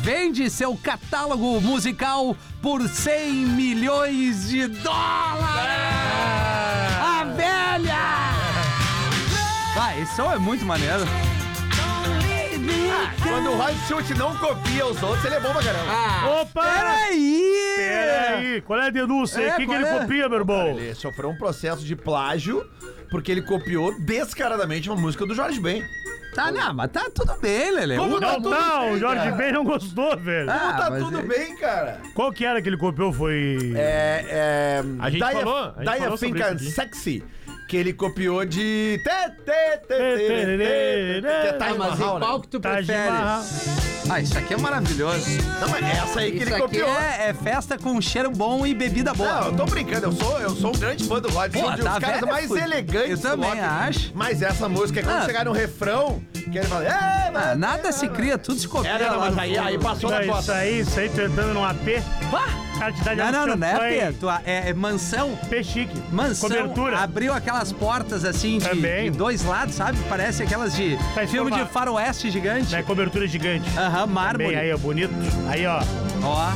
Speaker 4: vende seu catálogo musical por 100 milhões de dólares! A velha! Vai, esse som é muito maneiro. Ah,
Speaker 5: Quando o Rod Chute não copia os outros, ele é bom pra caramba.
Speaker 3: Opa!
Speaker 4: Peraí!
Speaker 3: Peraí, qual é a denúncia? aí?
Speaker 4: É,
Speaker 3: o que, que
Speaker 4: qual
Speaker 3: ele
Speaker 4: é?
Speaker 3: copia, meu irmão?
Speaker 5: Ele sofreu um processo de plágio porque ele copiou descaradamente uma música do Jorge Ben.
Speaker 4: Tá, não, mas tá tudo bem, Lele.
Speaker 5: Como
Speaker 4: Um-
Speaker 5: tá
Speaker 3: Não,
Speaker 5: tudo
Speaker 3: não,
Speaker 5: bem,
Speaker 3: o Jorge
Speaker 5: cara?
Speaker 3: Ben não gostou, velho.
Speaker 4: Ah,
Speaker 5: Tá
Speaker 4: mas
Speaker 5: tudo
Speaker 4: é-
Speaker 5: bem, cara.
Speaker 3: Qual que era que ele copiou? Foi.
Speaker 5: É, é,
Speaker 8: A gente
Speaker 5: Dia-
Speaker 8: falou, a gente
Speaker 5: Dia
Speaker 8: falou sobre
Speaker 5: Think
Speaker 8: isso
Speaker 5: I'm
Speaker 8: aqui.
Speaker 5: Sexy, que ele copiou de. Tê, tê, tê, tê, tê, tê, tê, que é
Speaker 4: Ah,
Speaker 5: Taj
Speaker 4: mas e
Speaker 5: Mahal, né?
Speaker 4: qual que tu
Speaker 3: Taj
Speaker 4: prefere?
Speaker 3: Mahal.
Speaker 4: Ah, isso aqui é maravilhoso.
Speaker 5: Não, mas é essa aí que
Speaker 4: Isso
Speaker 5: ele
Speaker 4: aqui
Speaker 5: copiou.
Speaker 4: é, é festa com cheiro bom e bebida
Speaker 5: Não,
Speaker 4: boa.
Speaker 5: eu tô brincando, eu sou, eu sou um grande fã do rock, sou um
Speaker 4: Pô,
Speaker 5: dos
Speaker 4: tá
Speaker 5: caras
Speaker 4: velho,
Speaker 5: mais
Speaker 4: fui.
Speaker 5: elegantes
Speaker 4: Eu
Speaker 5: do
Speaker 4: também
Speaker 5: rock.
Speaker 4: acho.
Speaker 5: Mas essa música, é quando
Speaker 4: Ah.
Speaker 5: chegar no refrão, que ele fala... "É,
Speaker 4: Ah,
Speaker 5: mas-
Speaker 4: nada se cria, tudo se copia.
Speaker 5: É, não, não,
Speaker 4: lá
Speaker 5: mas
Speaker 4: no
Speaker 5: aí,
Speaker 4: fundo.
Speaker 5: aí passou
Speaker 3: Não,
Speaker 5: na
Speaker 3: Tá, isso
Speaker 5: costa.
Speaker 3: aí, isso aí, tu entrando num AP,
Speaker 4: Bah!
Speaker 3: cara te dá de
Speaker 4: Não, não, não, não é
Speaker 3: champanhe,
Speaker 4: perto. É, é mansão.
Speaker 3: AP chique.
Speaker 4: Mansão
Speaker 3: Cobertura.
Speaker 4: abriu aquelas portas assim de,
Speaker 3: Também.
Speaker 4: de dois lados, sabe? Parece aquelas de
Speaker 3: Faz
Speaker 4: filme
Speaker 3: forma-
Speaker 4: de faroeste gigante.
Speaker 3: Né, cobertura gigante.
Speaker 4: Aham,
Speaker 3: Bem,
Speaker 4: mármore.
Speaker 3: aí, ó, bonito. Aí, ó, o
Speaker 4: Ó.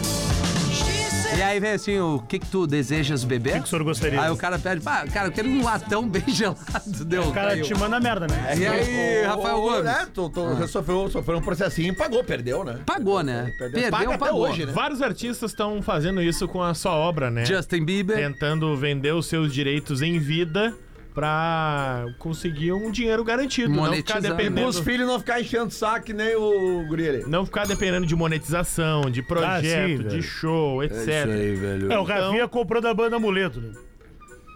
Speaker 4: E aí vem assim, o que que tu desejas beber?
Speaker 3: que o senhor gostaria?
Speaker 4: Aí o cara pede, pá, cara, eu quero um latão bem *laughs* gelado. Deu,
Speaker 3: O cara
Speaker 4: caiu.
Speaker 3: te manda merda, né?
Speaker 4: E aí, Rafael Gomes?
Speaker 5: Né, tu, tu sofreu, sofreu um processinho e pagou, perdeu, né?
Speaker 4: Pagou, né? Perdeu,
Speaker 5: Paga até
Speaker 4: pagou.
Speaker 5: hoje, né?
Speaker 8: Vários artistas estão fazendo isso com a sua obra, né?
Speaker 4: Justin Bieber.
Speaker 8: Tentando vender os seus direitos em vida pra conseguir um dinheiro garantido.
Speaker 4: Monetizar,
Speaker 8: não
Speaker 4: né?
Speaker 8: ficar dependendo.
Speaker 5: Os filhos não ficar enchendo o saco que nem o guri ali.
Speaker 8: Não ficar dependendo de monetização, de projeto,
Speaker 3: Ah, velho.
Speaker 8: de show,
Speaker 4: É
Speaker 8: etc.
Speaker 5: velho.
Speaker 3: É, o
Speaker 4: Então
Speaker 3: Rafinha comprou da banda Amuleto, né?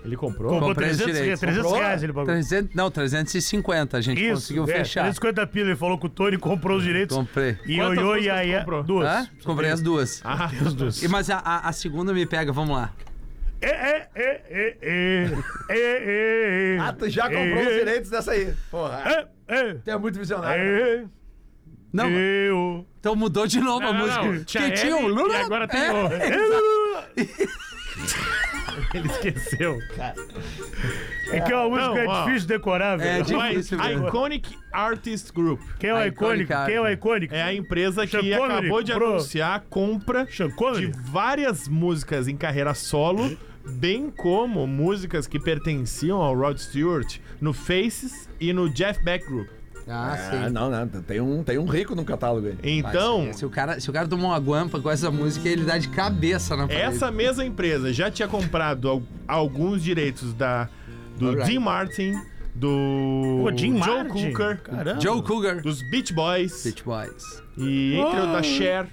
Speaker 8: Ele comprou?
Speaker 3: Comprou
Speaker 4: Comprei os
Speaker 3: 300,
Speaker 4: direitos.
Speaker 3: 300
Speaker 5: Comprou?
Speaker 3: reais ele pagou.
Speaker 4: 300, não, 350 a gente conseguiu
Speaker 3: é,
Speaker 4: fechar.
Speaker 3: 350 pila, ele falou com o Tony, comprou os direitos.
Speaker 4: Comprei.
Speaker 3: E
Speaker 8: Quantas
Speaker 3: Ioiô e
Speaker 8: músicas tu
Speaker 3: Iaia,
Speaker 8: comprou?
Speaker 3: duas.
Speaker 4: Hã? Comprei as duas.
Speaker 8: Ah,
Speaker 3: As duas.
Speaker 4: E, mas a, a- a segunda me pega, vamos lá.
Speaker 3: É, é, é, é, é, é, é,
Speaker 5: Ah, tu já comprou os direitos dessa aí. Porra,
Speaker 3: É, é,
Speaker 5: tu é muito visionário.
Speaker 3: é,
Speaker 4: Não,
Speaker 3: eu...
Speaker 4: então mudou de novo a
Speaker 3: Ah,
Speaker 8: Não, não,
Speaker 4: música.
Speaker 8: não. Tinha
Speaker 4: Que tinha
Speaker 8: L
Speaker 4: o Lula.
Speaker 8: e agora tem
Speaker 4: é,
Speaker 8: O.
Speaker 3: Ele esqueceu. É que é uma música
Speaker 8: ó.
Speaker 3: difícil de
Speaker 4: É
Speaker 3: decorar, velho.
Speaker 4: de-
Speaker 8: Mas
Speaker 4: Difícil
Speaker 8: a
Speaker 4: mesmo.
Speaker 8: Iconic Artist Group
Speaker 3: Quem é o
Speaker 4: A
Speaker 3: icônico?
Speaker 4: icônica.
Speaker 3: Quem é o icônico?
Speaker 8: é a empresa que
Speaker 3: Sean Connery
Speaker 8: acabou de
Speaker 3: comprou.
Speaker 8: anunciar a compra
Speaker 3: Sean
Speaker 8: de
Speaker 3: Connery?
Speaker 8: várias músicas em carreira solo, bem como músicas que pertenciam ao Rod Stewart no Faces e no Jeff Beck Group.
Speaker 4: *laughs* Ah, sim.
Speaker 5: Ah, não, não. Tem um, tem um rico no catálogo aí.
Speaker 8: Então,
Speaker 4: Se o, cara, se o cara tomar uma guampa com essa música, ele dá de cabeça na parede.
Speaker 8: essa mesma empresa já tinha comprado al- alguns direitos da do
Speaker 4: Alright.
Speaker 8: Dean Martin, do
Speaker 3: Pô, Jim
Speaker 8: Joe
Speaker 3: Martin?
Speaker 8: Cooker,
Speaker 3: Caramba.
Speaker 4: Joe Cougar.
Speaker 8: dos Beach Boys
Speaker 4: Beach Boys.
Speaker 8: e entre
Speaker 3: Oh.
Speaker 8: o da Cher.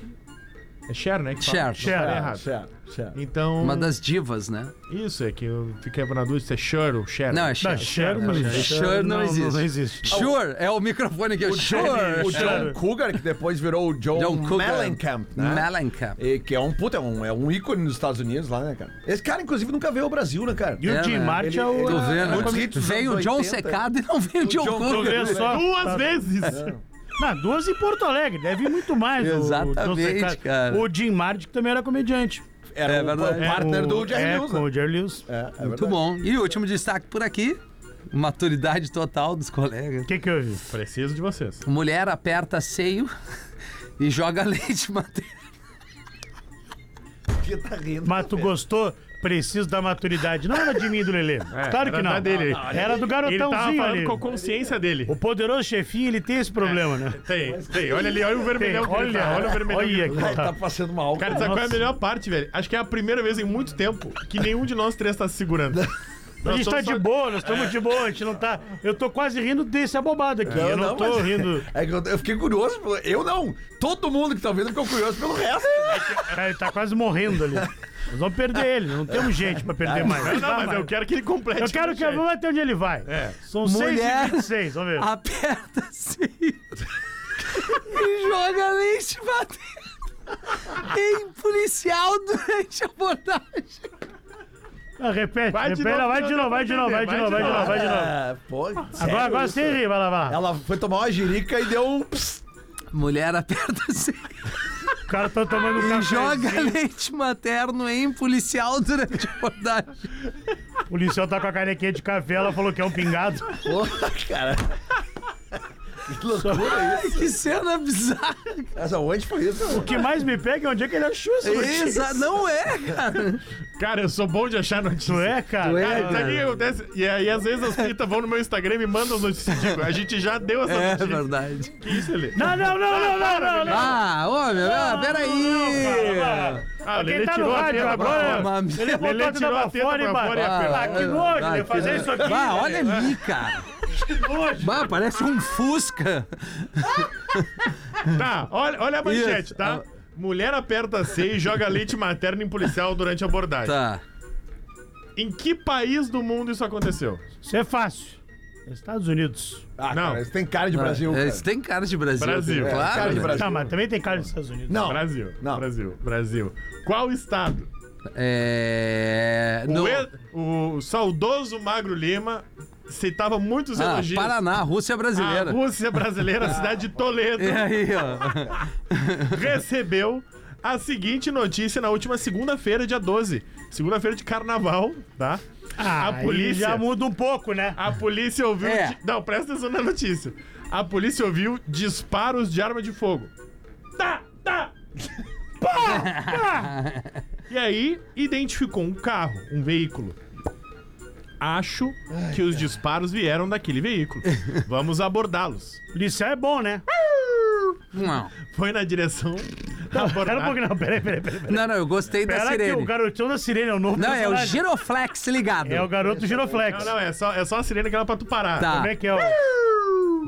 Speaker 8: É Cher, né? que fala?
Speaker 4: Cher.
Speaker 8: Não
Speaker 5: É, Ah,
Speaker 8: falei
Speaker 3: Cher.
Speaker 8: errado.
Speaker 5: Certo, certo.
Speaker 8: Então,
Speaker 4: Uma das divas, né?
Speaker 8: isso é que eu fiquei na dúvida se é Cher ou Cher.
Speaker 4: Não, é
Speaker 3: Não,
Speaker 4: Cher.
Speaker 3: Cher,
Speaker 4: Não,
Speaker 3: mas...
Speaker 4: Cher não existe.
Speaker 3: Não existe.
Speaker 4: Sure, é o microfone que é Sure.
Speaker 5: O
Speaker 4: Sure.
Speaker 5: John Cougar, que depois virou o John,
Speaker 4: John Cougar.
Speaker 5: Mellencamp, né?
Speaker 4: Mellencamp.
Speaker 5: E que é um puta, é um, é um ícone nos Estados Unidos lá, né, cara? Esse cara, inclusive, nunca veio ao Brasil, né, cara?
Speaker 3: E o
Speaker 4: É,
Speaker 3: Tim
Speaker 4: né?
Speaker 3: Martin
Speaker 5: Ele-
Speaker 3: é o...
Speaker 5: ele-
Speaker 3: *laughs*
Speaker 4: Tu vê,
Speaker 5: Ah, muitos
Speaker 4: né?
Speaker 5: hits dos
Speaker 4: Vem o
Speaker 5: anos
Speaker 4: John
Speaker 5: 80.
Speaker 4: secado e não vem o John
Speaker 5: John
Speaker 3: Tu
Speaker 4: Cougar.
Speaker 3: vê só. Tá.
Speaker 8: Duas vezes!
Speaker 4: É.
Speaker 3: Não, duas em Porto Alegre, deve ir muito mais. o- o John
Speaker 4: Exatamente,
Speaker 3: Secada.
Speaker 4: cara.
Speaker 3: O Jim Martin, que também era comediante.
Speaker 5: Era
Speaker 4: É
Speaker 5: o,
Speaker 4: verdade.
Speaker 5: o partner
Speaker 3: o-
Speaker 5: do Jerry
Speaker 3: é,
Speaker 5: Lewis,
Speaker 3: com
Speaker 5: né?
Speaker 3: o Jerry Lewis. O
Speaker 5: É, é
Speaker 4: Muito
Speaker 5: verdade.
Speaker 4: bom. E o último destaque por aqui: maturidade total dos colegas.
Speaker 3: que que houve?
Speaker 8: Preciso de vocês.
Speaker 4: Mulher aperta seio e joga leite materno.
Speaker 5: Que tá rindo.
Speaker 3: Mas tu gostou? Preciso da maturidade. Não era de mim e do Lelê. claro que
Speaker 8: É, era
Speaker 3: não.
Speaker 8: da dele.
Speaker 3: Era do
Speaker 8: Ele tava
Speaker 3: garotãozinho
Speaker 8: falando
Speaker 3: ali.
Speaker 8: com a consciência dele.
Speaker 3: O poderoso chefinho, ele tem esse problema, né?
Speaker 8: Tem, tem. Olha ali, olha o
Speaker 3: Tem.
Speaker 8: vermelhão. que ele tá,
Speaker 3: Olha,
Speaker 8: olha o vermelhão. que
Speaker 3: olha
Speaker 8: ele tá.
Speaker 3: que
Speaker 5: Tá
Speaker 3: tá.
Speaker 5: passando mal.
Speaker 8: Cara, sabe qual é a melhor parte, velho? Acho que é a primeira vez em muito tempo que nenhum de nós três tá se segurando.
Speaker 3: A gente tá de boa, nós estamos de boa, a gente não tá. Eu tô quase rindo desse abobado aqui. eu não, tô
Speaker 5: mas-
Speaker 3: rindo.
Speaker 5: É que eu, eu fiquei curioso. pelo- Eu não. Todo mundo que tá vendo ficou curioso pelo resto.
Speaker 3: Cara, ele tá quase morrendo ali. Nós vamos perder ele, não temos gente pra perder mais.
Speaker 8: Não,
Speaker 3: Dá
Speaker 8: não, mas
Speaker 3: mais.
Speaker 8: eu quero que ele complete.
Speaker 3: Eu quero que eu vou até onde ele vai. São
Speaker 4: Mulher- Ah,
Speaker 3: 6h26, vamos
Speaker 4: É.
Speaker 3: ver.
Speaker 4: Aperta seio e joga leite materno em policial durante a abordagem.
Speaker 3: Ah, repete,
Speaker 8: Vai de
Speaker 3: repete.
Speaker 8: novo,
Speaker 3: Não, vai
Speaker 8: que
Speaker 3: de
Speaker 8: eu
Speaker 3: novo, vai de
Speaker 8: tenho
Speaker 3: novo, vai de novo, vai de novo, vai de novo.
Speaker 5: Ah, pô, sério
Speaker 3: Agora, agora
Speaker 5: isso?
Speaker 3: sem rir, vai lá, vai lá.
Speaker 5: Ela foi tomar uma jirica e deu um. ps.
Speaker 4: Mulher aperta
Speaker 3: *laughs*
Speaker 4: seio
Speaker 3: O cara tá tomando um
Speaker 4: e
Speaker 3: café.
Speaker 4: joga leite materno em policial durante a abordagem.
Speaker 3: O policial tá com a canequinha de café, ela falou que é um pingado.
Speaker 5: Porra, cara. Que loucura
Speaker 3: É
Speaker 5: isso.
Speaker 4: Que cena bizarra.
Speaker 5: Essa onde foi isso?
Speaker 3: O que mais me pega é onde *laughs* é que ele achou essa notícia.
Speaker 4: Exa não é, cara.
Speaker 8: Cara, eu sou bom de achar notícia.
Speaker 3: Tu é, cara?
Speaker 8: Cara,
Speaker 4: É,
Speaker 8: sabe o que
Speaker 4: cara.
Speaker 8: acontece? E aí, às vezes, as fitas vão no meu Instagram e me mandam as notícias. Digo, a gente já deu essa
Speaker 4: *laughs* É
Speaker 8: notícia.
Speaker 4: verdade.
Speaker 8: Que isso, ele?
Speaker 3: Não, Ah, não, não, não, não, não, não.
Speaker 4: Ah, ô, meu, ah,
Speaker 3: Não,
Speaker 4: peraí.
Speaker 3: cara, vai.
Speaker 8: Ah, o
Speaker 3: Quem
Speaker 8: Lelê
Speaker 3: tá no
Speaker 8: tirou a
Speaker 3: rádio
Speaker 8: teta pra
Speaker 3: agora?
Speaker 8: fora.
Speaker 4: Uma-
Speaker 3: Ele botou
Speaker 8: Lelê
Speaker 3: a teta
Speaker 8: tirou
Speaker 3: pra
Speaker 8: a teta
Speaker 3: fora e
Speaker 8: pra fora e
Speaker 3: bateu.
Speaker 8: apertou.
Speaker 3: Ah, que nojo, ele fazer isso aqui. É.
Speaker 4: Ah, olha ali, cara.
Speaker 3: Nojo.
Speaker 4: Bah, parece um Fusca.
Speaker 8: Tá, olha, olha a manchete,
Speaker 4: Isso.
Speaker 8: tá? Mulher aperta C e joga leite materno em policial durante a abordagem.
Speaker 4: Tá.
Speaker 8: Em que país do mundo isso aconteceu?
Speaker 3: Isso é fácil. Estados Unidos.
Speaker 5: Ah,
Speaker 8: Não.
Speaker 5: cara, isso tem cara de Brasil, cara.
Speaker 4: Eles têm cara de Brasil.
Speaker 8: Brasil.
Speaker 4: tem,
Speaker 8: É,
Speaker 4: é claro.
Speaker 5: cara de
Speaker 4: né?
Speaker 5: Brasil.
Speaker 3: Tá, mas também tem cara dos Estados Unidos.
Speaker 5: Não,
Speaker 8: Brasil.
Speaker 5: Não.
Speaker 8: Brasil. Brasil. Qual estado?
Speaker 4: É.
Speaker 8: O,
Speaker 4: no-
Speaker 8: e- o saudoso Magro Lima citava muitos
Speaker 4: Ah,
Speaker 8: elogios.
Speaker 4: Paraná, Rússia brasileira.
Speaker 3: Ah,
Speaker 8: A Rússia brasileira, a cidade de Toledo,
Speaker 4: *laughs* E aí, ó.
Speaker 8: recebeu a seguinte notícia na última segunda-feira, dia 12. Segunda-feira de carnaval, tá?
Speaker 3: Ah,
Speaker 8: a
Speaker 3: aí
Speaker 8: polícia.
Speaker 3: já muda um pouco, né?
Speaker 8: A polícia ouviu.
Speaker 4: É.
Speaker 8: di- Não, presta atenção na notícia. A polícia ouviu disparos de arma de fogo. Tá, tá! *laughs* Pá, pá. E aí, identificou um carro, um veículo. Acho que os disparos vieram daquele veículo. Vamos abordá-los.
Speaker 3: Policial é bom, né?
Speaker 4: Não.
Speaker 8: Foi na direção da
Speaker 3: Pera um
Speaker 8: abordagem.
Speaker 3: pouquinho, não. Peraí, peraí, peraí. peraí.
Speaker 4: Não, não, eu gostei É da
Speaker 3: Pera que o
Speaker 4: sirene.
Speaker 3: garotão da sirene é o novo
Speaker 4: Não, é o
Speaker 3: personagem.
Speaker 4: Giroflex ligado.
Speaker 3: É o garoto Giroflex.
Speaker 8: Não, não, é só, é só a sirene que era pra tu parar.
Speaker 4: Tá.
Speaker 3: Como é que é o...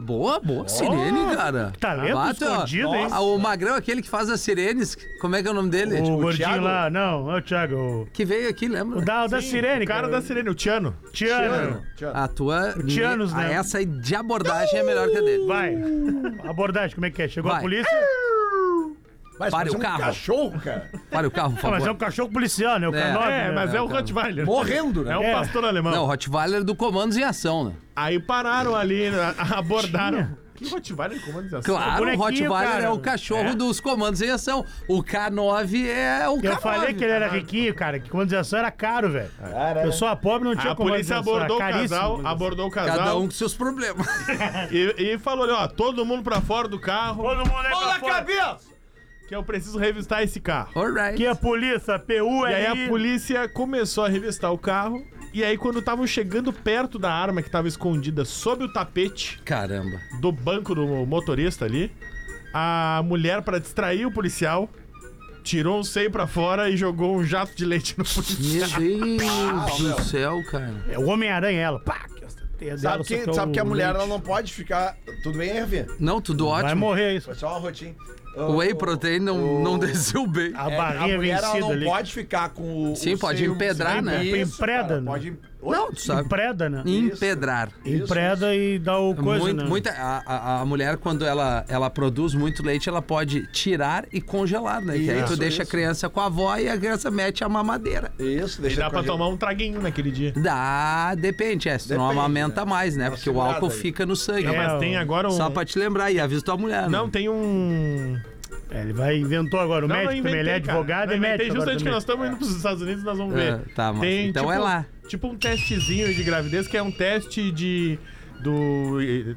Speaker 4: Boa, boa sirene, cara.
Speaker 3: talento
Speaker 4: Bato, ó.
Speaker 3: escondido, hein?
Speaker 4: Ah, O Magrão, aquele que faz as sirenes. Como é que é o nome dele?
Speaker 3: O, gordinho
Speaker 5: Thiago?
Speaker 3: lá. Não, não é o Thiago. O,
Speaker 4: Que veio aqui, lembra?
Speaker 3: o da, o da sirene,
Speaker 8: O cara da sirene, o Tiano.
Speaker 3: Tiano.
Speaker 4: A tua.
Speaker 3: Tianos,
Speaker 4: Ah,
Speaker 3: né?
Speaker 4: Essa de abordagem é melhor que a dele.
Speaker 3: Vai. Abordagem, como é que é? Chegou
Speaker 4: Vai.
Speaker 3: a polícia?
Speaker 5: Mas
Speaker 4: Pare
Speaker 5: parece
Speaker 4: o
Speaker 5: um
Speaker 4: carro.
Speaker 5: cachorro, cara.
Speaker 4: Para o carro, por
Speaker 3: Ah, mas é um
Speaker 4: favor.
Speaker 3: cachorro policial, né? O
Speaker 4: É.
Speaker 3: canóbio,
Speaker 8: É,
Speaker 3: né?
Speaker 8: mas é o Rottweiler.
Speaker 5: Morrendo, né?
Speaker 8: É o
Speaker 3: É.
Speaker 8: pastor alemão.
Speaker 4: Não, o Rottweiler do Comandos em Ação, né?
Speaker 8: Aí pararam ali, na- abordaram. Que Rottweiler comando
Speaker 4: Claro, o
Speaker 3: É um bonequinho,
Speaker 4: Rottweiler
Speaker 3: cara.
Speaker 4: é o cachorro
Speaker 3: É.
Speaker 4: dos comandos em ação. O K9 é o
Speaker 3: Eu
Speaker 4: K9.
Speaker 3: falei que ele era riquinho, cara, que comandização era caro, velho. Pessoa pobre não tinha
Speaker 8: A polícia
Speaker 3: comandização, era
Speaker 8: abordou o
Speaker 3: caríssimo assim,
Speaker 8: casal,
Speaker 3: comandização.
Speaker 8: abordou o
Speaker 4: Cada
Speaker 8: casal
Speaker 4: um com seus problemas.
Speaker 8: e, e falou ali, ó, todo mundo pra fora do carro,
Speaker 3: Todo mundo é pra fora.
Speaker 5: cabeça!
Speaker 8: que eu preciso revistar esse carro.
Speaker 4: Alright.
Speaker 3: Que a É polícia, PU,
Speaker 8: E aí a polícia começou a revistar o carro, e aí quando estavam chegando perto da arma que estava escondida sob o tapete
Speaker 4: Caramba.
Speaker 8: do banco do motorista ali, a mulher, pra distrair o policial, tirou um seio pra fora e jogou um jato de leite no policial.
Speaker 4: Meu Deus do céu, cara.
Speaker 3: É o Homem-Aranha, ela. Pá, que ostenteia dela,
Speaker 5: Sabe que,
Speaker 3: só é
Speaker 5: sabe
Speaker 3: o
Speaker 5: que a mulher
Speaker 3: leite.
Speaker 5: ela não pode ficar. Tudo bem, Ervin?
Speaker 4: Não, tudo
Speaker 3: Vai
Speaker 4: ótimo.
Speaker 3: morrer isso.
Speaker 5: Foi só uma rotina.
Speaker 4: O Whey Protein não, não desceu bem.
Speaker 3: A
Speaker 5: É, a
Speaker 3: barrinha
Speaker 5: mulher ela
Speaker 3: vencida
Speaker 5: não
Speaker 3: ali.
Speaker 5: pode ficar com o.
Speaker 4: Sim,
Speaker 5: o
Speaker 4: pode
Speaker 5: seio-
Speaker 4: empedrar, né?
Speaker 5: Isso,
Speaker 3: Empreda,
Speaker 5: cara,
Speaker 3: né?
Speaker 5: Pode. em- Oi?
Speaker 4: Não, tu sabe.
Speaker 3: Empreda, né?
Speaker 4: Empedrar.
Speaker 3: Empreda e dá o coisa,
Speaker 4: Muito-
Speaker 3: né?
Speaker 4: muita, a, a- a mulher, quando ela, ela produz muito leite, ela pode tirar e congelar, né? que aí tu
Speaker 5: Isso,
Speaker 4: deixa a
Speaker 5: isso.
Speaker 4: criança com a avó e a criança mete a mamadeira.
Speaker 5: Isso,
Speaker 8: E
Speaker 5: deixa
Speaker 8: dá
Speaker 5: com
Speaker 8: pra
Speaker 5: a gente.
Speaker 8: tomar um traguinho naquele dia.
Speaker 4: Dá, depende, é, se tu não
Speaker 5: Depende,
Speaker 4: amamenta
Speaker 5: né?
Speaker 4: mais, né?
Speaker 5: Uma
Speaker 4: Porque o
Speaker 5: segurada
Speaker 4: álcool
Speaker 5: aí.
Speaker 4: fica no sangue.
Speaker 3: É,
Speaker 8: Mas
Speaker 3: o-
Speaker 8: tem agora um...
Speaker 4: Só pra te lembrar, e avisa tua mulher.
Speaker 8: Não,
Speaker 4: né?
Speaker 8: tem um...
Speaker 3: É, ele vai inventou agora. O
Speaker 8: Não,
Speaker 3: médico
Speaker 8: não
Speaker 3: também, ele é
Speaker 8: inventei, cara.
Speaker 3: advogado
Speaker 8: Não
Speaker 3: e
Speaker 8: inventei,
Speaker 3: médico. agora
Speaker 8: justamente que
Speaker 3: também.
Speaker 8: nós estamos indo pros Estados Unidos, nós vamos
Speaker 4: Ah,
Speaker 8: ver.
Speaker 4: tá, mas então é lá.
Speaker 8: Tipo um testezinho de gravidez, que é um teste de... Do...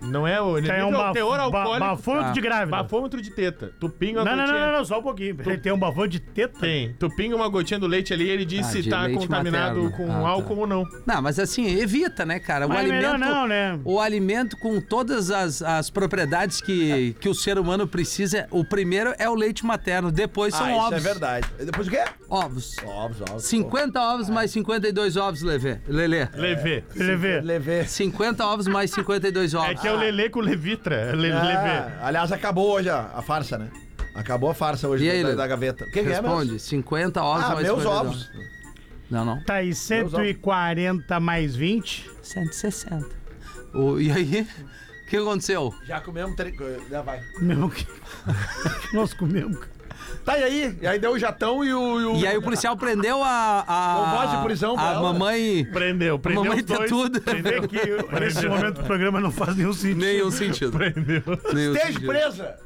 Speaker 8: Não é o... Ele
Speaker 3: Tem um
Speaker 8: o
Speaker 3: bafo,
Speaker 8: teor
Speaker 3: ba,
Speaker 8: alcoólico...
Speaker 3: bafômetro
Speaker 4: Ah.
Speaker 3: de grávida.
Speaker 8: Bafômetro de teta. Tu pinga
Speaker 3: Não,
Speaker 8: uma
Speaker 3: não, não,
Speaker 8: gotinha...
Speaker 3: não, não, só um pouquinho. Ele tem um bafão de teta.
Speaker 8: Tem. Tu pinga uma gotinha do leite ali e ele diz
Speaker 4: Ah, de
Speaker 8: se tá
Speaker 4: leite
Speaker 8: contaminado
Speaker 4: materno.
Speaker 8: com
Speaker 4: Ah, tá.
Speaker 8: álcool ou não.
Speaker 4: Não, mas assim, evita, né, cara? O
Speaker 3: Mas é
Speaker 4: alimento.
Speaker 3: melhor não, né?
Speaker 4: O alimento com todas as, as propriedades que, que o ser humano precisa. O primeiro é o leite materno, depois são
Speaker 5: Ah, isso é
Speaker 4: ovos.
Speaker 5: verdade. E depois o quê?
Speaker 4: ovos.
Speaker 5: Ovos, ovos.
Speaker 4: 50 ovos mais 52 ovos, Lelê. Lelê.
Speaker 8: Levê.
Speaker 3: Levê. Ah.
Speaker 5: Levê.
Speaker 4: 50 ovos mais 52 ovos.
Speaker 8: É que é o Lelê com Levitra. é Le, Levê.
Speaker 5: Ah, aliás, acabou hoje a, a farsa, né? Acabou a farsa hoje
Speaker 4: E aí,
Speaker 5: da-
Speaker 4: Lelê?
Speaker 5: da, gaveta. Quem é, meu?
Speaker 4: Responde, 50 ovos
Speaker 5: Ah,
Speaker 4: mais
Speaker 5: meus
Speaker 4: 52
Speaker 5: ovos.
Speaker 4: Não, não.
Speaker 3: Tá aí, 140 mais 20.
Speaker 4: 160. O, e aí? O que aconteceu?
Speaker 5: Já comemos. Tre... Já vai.
Speaker 3: Meu, que... Nós comemos, cara.
Speaker 5: Tá, e aí? E aí deu o jatão e o. o-
Speaker 4: E aí o policial prendeu a.
Speaker 5: Não
Speaker 4: a
Speaker 5: pode de prisão pra
Speaker 4: A
Speaker 5: ela.
Speaker 4: mamãe.
Speaker 8: Prendeu, prendeu
Speaker 4: mamãe
Speaker 8: os
Speaker 4: tem
Speaker 8: dois.
Speaker 4: tudo.
Speaker 3: Vê que nesse momento o programa não faz nenhum sentido.
Speaker 4: Nenhum um sentido.
Speaker 8: Prendeu.
Speaker 4: Nenhum
Speaker 5: Esteja
Speaker 4: sentido.
Speaker 5: presa!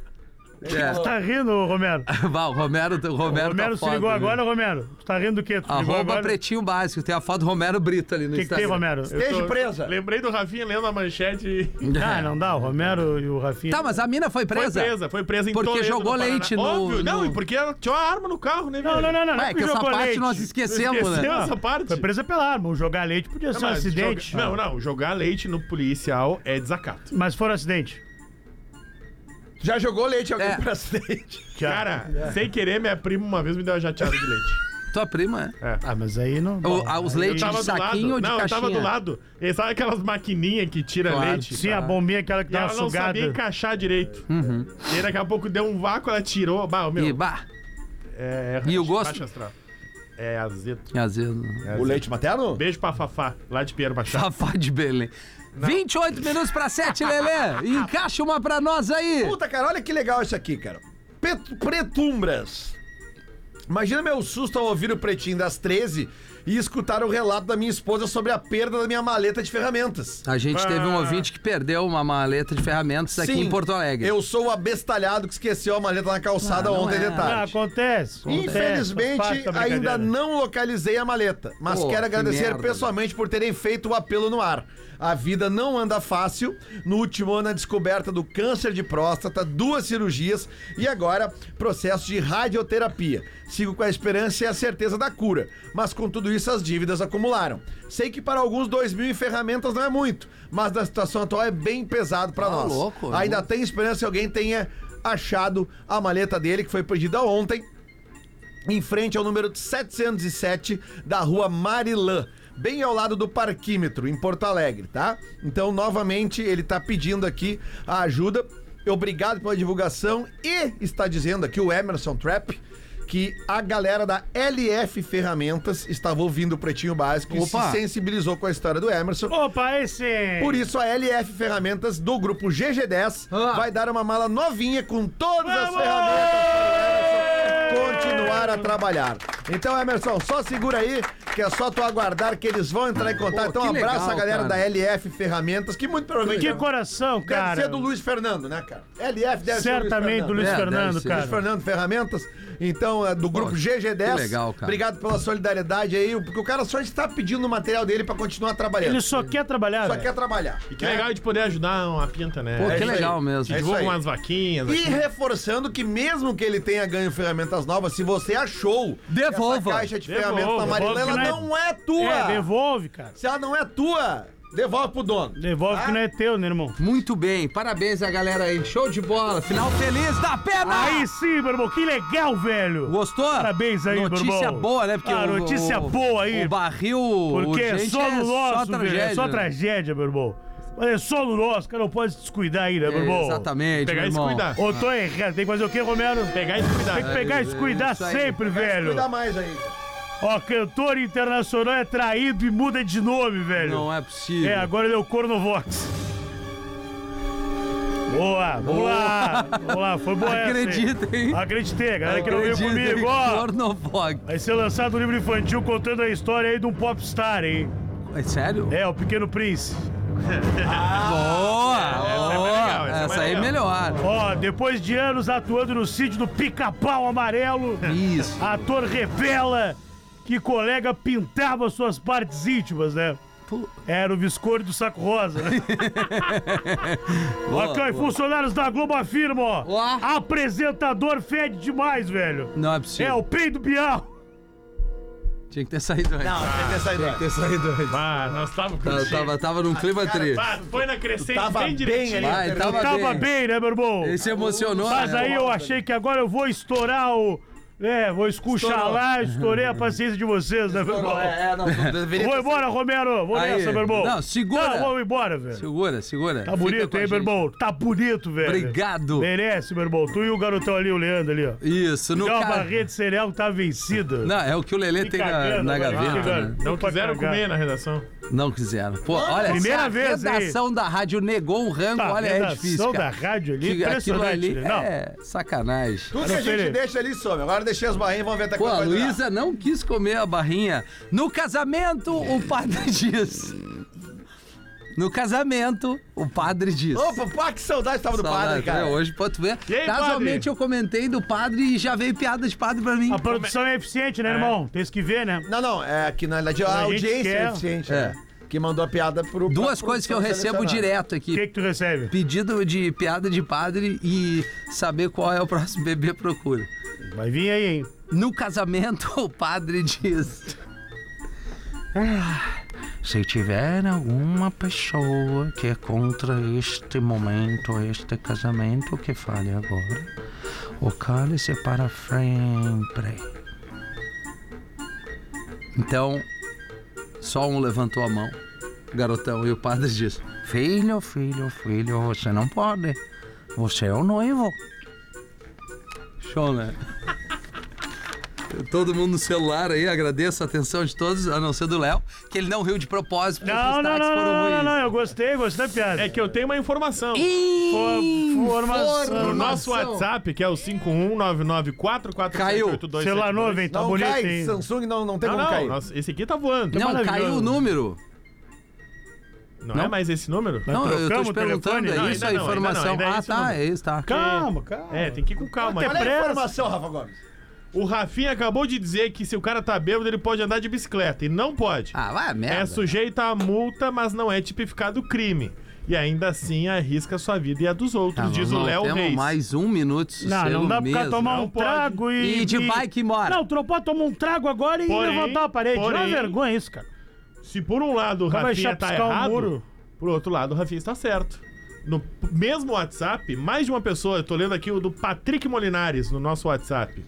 Speaker 4: É.
Speaker 3: Tá rindo, Romero.
Speaker 4: Vá, o Romero, o Romero,
Speaker 3: Romero
Speaker 4: tá
Speaker 3: se ligou
Speaker 4: foda,
Speaker 3: agora,
Speaker 4: viu?
Speaker 3: Romero? Tu tá rindo do quê? Tu ligou
Speaker 4: Arroba
Speaker 3: agora? O
Speaker 4: Pretinho tá Básico. Tem a foto do Romero Brito ali no
Speaker 3: que, que tem,
Speaker 4: Instagram.
Speaker 3: Romero?
Speaker 5: Esteja presa!
Speaker 8: Lembrei do Rafinha lendo a manchete e...
Speaker 3: Ah, não dá. O Romero e o Rafinha.
Speaker 4: É. Tá, mas a mina foi
Speaker 8: Foi
Speaker 4: presa.
Speaker 8: presa, foi presa em
Speaker 4: Porque
Speaker 8: Toledo,
Speaker 4: jogou
Speaker 8: Paraná.
Speaker 4: leite no-
Speaker 8: Óbvio, não,
Speaker 4: no-
Speaker 8: e porque ela tinha uma arma no carro, né,
Speaker 3: Não,
Speaker 8: velho?
Speaker 3: não, não, não. é não
Speaker 4: Ué, que essa
Speaker 3: jogou
Speaker 4: parte
Speaker 3: leite.
Speaker 4: nós esquecemos,
Speaker 8: Esqueceu
Speaker 4: né?
Speaker 8: essa parte? É,
Speaker 3: Foi presa pela arma. O jogar leite podia ser um
Speaker 8: Mas
Speaker 3: acidente.
Speaker 8: joga- Não, não, jogar leite no policial é desacato.
Speaker 3: Mas foi um acidente.
Speaker 5: Já jogou leite alguém
Speaker 4: É.
Speaker 5: pra acidente?
Speaker 8: Cara, sem querer, minha prima uma vez me deu uma jateada de leite.
Speaker 4: Tua prima, é?
Speaker 3: Ah, mas aí não.
Speaker 4: O- ah, os leites
Speaker 8: *laughs* Tava
Speaker 4: de
Speaker 8: do
Speaker 4: saquinho
Speaker 8: lado.
Speaker 4: ou de
Speaker 8: não, eu
Speaker 4: caixinha?
Speaker 8: tava do lado. é, E sabe aquelas maquininhas que tira
Speaker 4: Claro.
Speaker 8: leite?
Speaker 3: Sim,
Speaker 7: é
Speaker 3: a bombinha é aquela que
Speaker 8: E
Speaker 3: dá uma
Speaker 8: ela não
Speaker 3: sugada.
Speaker 8: sabia encaixar direito.
Speaker 4: Uhum.
Speaker 8: E aí daqui a pouco deu um vácuo, ela tirou. Bah, o meu.
Speaker 4: E, bah,
Speaker 8: é,
Speaker 4: e o gosto?
Speaker 8: baixo astral. É azedo.
Speaker 4: É azedo.
Speaker 5: O leite materno?
Speaker 8: Beijo pra Fafá, lá de Pinheiro
Speaker 4: *laughs*
Speaker 8: Machado.
Speaker 4: Tafá de Belém. 28 minutos pra 7, Lelê. Encaixa uma pra nós aí.
Speaker 5: Puta, cara, olha que legal isso aqui, cara. Pet- Pretumbras. Imagina meu susto ao ouvir o Pretinho das 13 e escutar o relato da minha esposa sobre a perda da minha maleta de ferramentas.
Speaker 4: A gente teve um ouvinte que perdeu uma maleta de ferramentas aqui
Speaker 5: Sim,
Speaker 4: em Porto Alegre.
Speaker 5: Eu sou o abestalhado que esqueceu a maleta na calçada
Speaker 4: Ah, não
Speaker 5: ontem
Speaker 4: é.
Speaker 5: de
Speaker 3: Ah,
Speaker 5: tarde.
Speaker 3: acontece. acontece, É, faz parte
Speaker 5: Infelizmente,
Speaker 3: da
Speaker 5: ainda
Speaker 3: brincadeira.
Speaker 5: não localizei a maleta, mas
Speaker 4: Pô, que
Speaker 5: quero agradecer
Speaker 4: merda,
Speaker 5: pessoalmente por terem feito o apelo no ar. A vida não anda fácil. No último ano, a descoberta do câncer de próstata, duas cirurgias e agora processo de radioterapia. Sigo com a esperança e a certeza da cura, mas com tudo isso, as dívidas acumularam. Sei que para alguns, dois mil e ferramentas não é muito, mas na situação atual é bem pesado para nós.
Speaker 4: louco, é
Speaker 5: ainda tem esperança que alguém tenha achado a maleta dele, que foi perdida ontem em frente ao número 707 da rua Marilã, bem ao lado do parquímetro, em Porto Alegre, tá? Então, novamente, ele tá pedindo aqui a ajuda. Obrigado pela divulgação e está dizendo aqui o Emerson Trap que a galera da LF Ferramentas estava ouvindo o Pretinho Básico e
Speaker 4: Opa.
Speaker 5: se sensibilizou com a história do Emerson.
Speaker 3: Opa, esse...
Speaker 5: Por isso, a LF Ferramentas do grupo GG10
Speaker 3: Ah.
Speaker 5: vai dar uma mala novinha com todas as ferramentas para o Emerson continuar a trabalhar. Então, Emerson, só segura aí, que é só tu aguardar que eles vão entrar em contato.
Speaker 4: Pô,
Speaker 5: então,
Speaker 4: que
Speaker 5: abraça
Speaker 4: legal,
Speaker 5: a
Speaker 4: cara.
Speaker 5: galera da LF Ferramentas, que muito provavelmente
Speaker 3: Que
Speaker 5: deve
Speaker 3: coração, cara.
Speaker 5: ser do Luiz Fernando, né, cara? LF deve
Speaker 3: Certamente
Speaker 5: ser
Speaker 3: do Luiz
Speaker 4: É,
Speaker 3: Fernando,
Speaker 4: deve ser.
Speaker 3: cara.
Speaker 5: Luiz Fernando Ferramentas, então é do grupo
Speaker 4: Pô,
Speaker 5: GG10.
Speaker 4: que legal, cara.
Speaker 5: Obrigado pela solidariedade aí, porque o cara só está pedindo o material dele para continuar trabalhando.
Speaker 3: Ele só quer trabalhar.
Speaker 5: só
Speaker 3: velho.
Speaker 5: quer trabalhar. né?
Speaker 8: E que legal de poder ajudar uma pinta, né?
Speaker 4: Pô,
Speaker 5: É
Speaker 4: que
Speaker 5: isso aí.
Speaker 4: legal
Speaker 8: Que
Speaker 4: mesmo.
Speaker 5: É isso
Speaker 8: divulga
Speaker 5: aí.
Speaker 8: umas vaquinhas.
Speaker 5: E reforçando que mesmo que ele tenha ganho ferramentas novas, se você achou
Speaker 4: Devolva.
Speaker 5: essa caixa de
Speaker 8: Devolva,
Speaker 5: ferramentas na Marilã,
Speaker 3: devolve,
Speaker 5: ela
Speaker 3: né?
Speaker 5: não é tua.
Speaker 3: É, devolve, cara.
Speaker 5: Se ela não é tua, devolve pro dono.
Speaker 3: Devolve que não é teu, né, irmão?
Speaker 4: Muito bem, parabéns a galera aí. Show de bola. Final feliz da pena!
Speaker 5: Ah.
Speaker 3: Aí sim, meu irmão, que legal, velho.
Speaker 4: Gostou?
Speaker 3: Parabéns aí, meu
Speaker 4: Notícia
Speaker 3: irmão.
Speaker 4: boa, né? Porque
Speaker 3: Ah,
Speaker 4: o-
Speaker 3: notícia
Speaker 4: o-
Speaker 3: boa aí.
Speaker 4: O barril.
Speaker 3: Porque é
Speaker 4: urgente
Speaker 3: só no nosso, velho. É só
Speaker 4: né?
Speaker 3: tragédia, meu irmão. Mas é só no nosso, cara. Não pode se descuidar aí, né, meu irmão?
Speaker 4: É, Exatamente,
Speaker 8: Pegar
Speaker 4: meu
Speaker 8: e se
Speaker 4: irmão.
Speaker 8: cuidar.
Speaker 3: Ou tô errado. Tem que fazer o quê, Romero?
Speaker 8: Pegar e se
Speaker 3: Tem que
Speaker 8: cuidar.
Speaker 3: pegar e se cuidar
Speaker 4: isso aí.
Speaker 3: sempre, velho.
Speaker 5: Cuida mais aí.
Speaker 3: Ó, cantor internacional é traído e muda de nome, velho.
Speaker 4: Não é possível.
Speaker 3: É, agora ele é o Cornovox. Boa, vamos lá. Vamos lá, foi boa essa.
Speaker 4: Acredita,
Speaker 3: hein?
Speaker 4: hein?
Speaker 3: Acreditei, a galera que não veio
Speaker 4: Acreditem,
Speaker 3: comigo, ó.
Speaker 4: Cornovog.
Speaker 3: Vai ser lançado um livro infantil contando a história aí de um popstar, hein?
Speaker 4: É sério?
Speaker 3: É, o Pequeno Príncipe.
Speaker 4: Boa!
Speaker 8: é mais
Speaker 4: boa.
Speaker 8: legal, essa é mais
Speaker 4: Essa aí é
Speaker 8: legal.
Speaker 4: melhor.
Speaker 3: Ó, depois de anos atuando no sítio do Pica-Pau Amarelo,
Speaker 4: Isso.
Speaker 3: ator revela que colega pintava suas partes íntimas, né?
Speaker 4: Pô.
Speaker 3: Era o Visconde do Saco Rosa.
Speaker 4: *laughs*
Speaker 3: né?
Speaker 4: Boa,
Speaker 3: ok,
Speaker 4: boa.
Speaker 3: funcionários da Globo afirmam, ó.
Speaker 4: Ó.
Speaker 3: Apresentador fede demais, velho.
Speaker 4: Não é
Speaker 3: É
Speaker 4: possível.
Speaker 3: o peido Bial.
Speaker 4: Tinha que ter saído antes.
Speaker 5: Não, tem que sair
Speaker 4: Tinha que ter saído antes.
Speaker 8: Ah, nós tava com
Speaker 4: Tava, tava, tava num clima triste.
Speaker 8: Ah, foi na crescente
Speaker 5: Tava
Speaker 8: bem
Speaker 5: bem
Speaker 8: direitinho.
Speaker 5: ali.
Speaker 4: Vai, tava,
Speaker 3: Tava
Speaker 4: bem.
Speaker 3: bem, né, meu irmão?
Speaker 4: Ele se emocionou.
Speaker 3: Mas
Speaker 4: né?
Speaker 3: aí eu achei que agora eu vou estourar o. É, vou escuchalar, estourei a paciência de vocês, né, meu irmão?
Speaker 5: É, não, tu deveria
Speaker 3: Vou
Speaker 5: ter
Speaker 3: embora, Romero. Vou
Speaker 4: Aí.
Speaker 3: nessa, meu irmão.
Speaker 4: Não, segura.
Speaker 3: Não, vamos embora, velho.
Speaker 4: Segura, segura.
Speaker 3: Tá
Speaker 4: Fica
Speaker 3: bonito,
Speaker 4: com a
Speaker 3: hein, meu
Speaker 4: gente.
Speaker 3: irmão? Tá bonito, velho.
Speaker 4: Obrigado.
Speaker 3: Merece, meu irmão. Tu e o garotão ali, o Leandro ali, ó.
Speaker 4: Isso, no
Speaker 3: Deu uma
Speaker 4: cara.
Speaker 3: barreira de cereal que tá vencida.
Speaker 4: Não, é o que o Lelê
Speaker 3: Que
Speaker 4: tem na,
Speaker 3: cagando,
Speaker 4: na
Speaker 3: vai,
Speaker 4: gaveta,
Speaker 3: cagando.
Speaker 4: né?
Speaker 8: Não
Speaker 3: Pra
Speaker 8: quiseram
Speaker 3: cagar.
Speaker 8: comer na redação.
Speaker 4: Não quiseram. Pô, olha,
Speaker 3: Primeira
Speaker 4: se a
Speaker 3: vez aí.
Speaker 4: redação da rádio negou um rango,
Speaker 3: Tá,
Speaker 4: olha, é
Speaker 3: redação
Speaker 4: difícil,
Speaker 3: da
Speaker 4: cara.
Speaker 3: rádio ali, é
Speaker 4: Que aquilo
Speaker 3: impressionante,
Speaker 4: ali
Speaker 3: né? Não.
Speaker 4: é sacanagem.
Speaker 5: Tudo que a gente
Speaker 3: Felipe.
Speaker 5: deixa ali some. Agora deixei as barrinhas, vamos ver até
Speaker 4: Pô,
Speaker 5: quando
Speaker 4: a
Speaker 5: vai durar.
Speaker 4: Luísa não quis comer a barrinha. No casamento, o padre *laughs* diz. No casamento, o padre diz.
Speaker 5: Opa, pá, que saudade tava do
Speaker 4: é- Saudade,
Speaker 5: padre, cara.
Speaker 4: né? Hoje, pô, tu ver.
Speaker 8: aí,
Speaker 4: Casualmente
Speaker 8: padre?
Speaker 4: eu comentei do padre e já veio piada de padre pra mim.
Speaker 3: A produção é eficiente, né, irmão? Tem isso que ver, né?
Speaker 5: Não, não, é que na verdade
Speaker 3: A
Speaker 5: a
Speaker 3: gente
Speaker 5: audiência
Speaker 3: quer-
Speaker 5: é eficiente,
Speaker 4: É.
Speaker 5: né? Que mandou a piada pro.
Speaker 4: Duas
Speaker 5: pra
Speaker 4: coisas que eu
Speaker 5: produção
Speaker 4: recebo
Speaker 5: selecionar.
Speaker 4: direto
Speaker 3: O que,
Speaker 4: aqui.
Speaker 3: que tu recebe?
Speaker 4: Pedido de piada de padre e saber qual é o próximo *laughs* bebê procura.
Speaker 3: Vai vir aí, hein?
Speaker 4: No casamento, *laughs* o padre diz: "Ah, Se tiver alguma pessoa que é contra este momento, este casamento, que fale agora, o cálice é para sempre. Então, só um levantou a mão, o garotão, e o padre diz: Filho, filho, filho, você não pode. Você é o noivo. Show, né? *laughs* Todo mundo no celular aí, agradeço a atenção de todos, a não ser do Léo, que ele não riu de propósito, porque
Speaker 3: Não,
Speaker 4: os
Speaker 3: não, não,
Speaker 4: destaques
Speaker 3: não,
Speaker 4: foram
Speaker 3: não,
Speaker 4: ruins.
Speaker 3: não, não, eu gostei, gostei da piada.
Speaker 8: É que eu tenho uma informação.
Speaker 3: Informação.
Speaker 8: No nosso WhatsApp, que é o 51994448827.
Speaker 3: Celular novo, hein? Tá
Speaker 5: não
Speaker 3: bonito,
Speaker 5: cai,
Speaker 3: hein?
Speaker 5: Samsung não, não tem
Speaker 8: Não,
Speaker 5: como
Speaker 8: não,
Speaker 5: cair.
Speaker 8: nossa, esse aqui tá voando.
Speaker 4: Não,
Speaker 3: maravilhoso.
Speaker 4: caiu o número.
Speaker 8: Não, é mais esse número?
Speaker 4: Não, eu tô
Speaker 3: trocamos
Speaker 4: te
Speaker 3: o
Speaker 4: perguntando,
Speaker 3: telefone?
Speaker 4: é
Speaker 8: Não,
Speaker 4: isso
Speaker 8: ainda
Speaker 4: a
Speaker 8: não, ainda não,
Speaker 4: informação.
Speaker 8: ainda é
Speaker 4: ah,
Speaker 8: esse
Speaker 4: tá,
Speaker 8: número.
Speaker 4: é isso, tá.
Speaker 3: Calma, calma.
Speaker 8: É, tem que ir com calma.
Speaker 3: Até
Speaker 8: né?
Speaker 5: Qual é a
Speaker 3: pressa.
Speaker 5: informação, Rafa Gomes?
Speaker 8: O Rafinha acabou de dizer que se o cara tá bêbado, ele pode andar de bicicleta. E não pode.
Speaker 4: Ah, vai, a merda.
Speaker 8: é sujeito a multa, mas não é tipificado crime. E ainda assim arrisca a sua vida e a dos
Speaker 4: Tá,
Speaker 8: outros,
Speaker 4: nós
Speaker 8: diz o
Speaker 4: não
Speaker 8: Léo
Speaker 4: temos
Speaker 8: Reis.
Speaker 4: mais um minuto de
Speaker 3: Não, não
Speaker 4: sossego
Speaker 3: dá pro cara
Speaker 4: mesmo.
Speaker 3: tomar um
Speaker 8: pode.
Speaker 3: trago e.
Speaker 4: E de bike embora.
Speaker 3: Não, tropou, toma um trago agora e
Speaker 8: Porém,
Speaker 3: levantar a parede. Não é
Speaker 8: porém-
Speaker 3: uma vergonha isso, cara.
Speaker 8: Se por um lado o
Speaker 3: Como vai
Speaker 8: Rafinha tá
Speaker 3: chapiscar um
Speaker 8: errado,
Speaker 3: muro?
Speaker 8: por outro lado o Rafinha está certo. No mesmo WhatsApp, mais de uma pessoa, eu tô lendo aqui o do Patrick Molinares no nosso WhatsApp.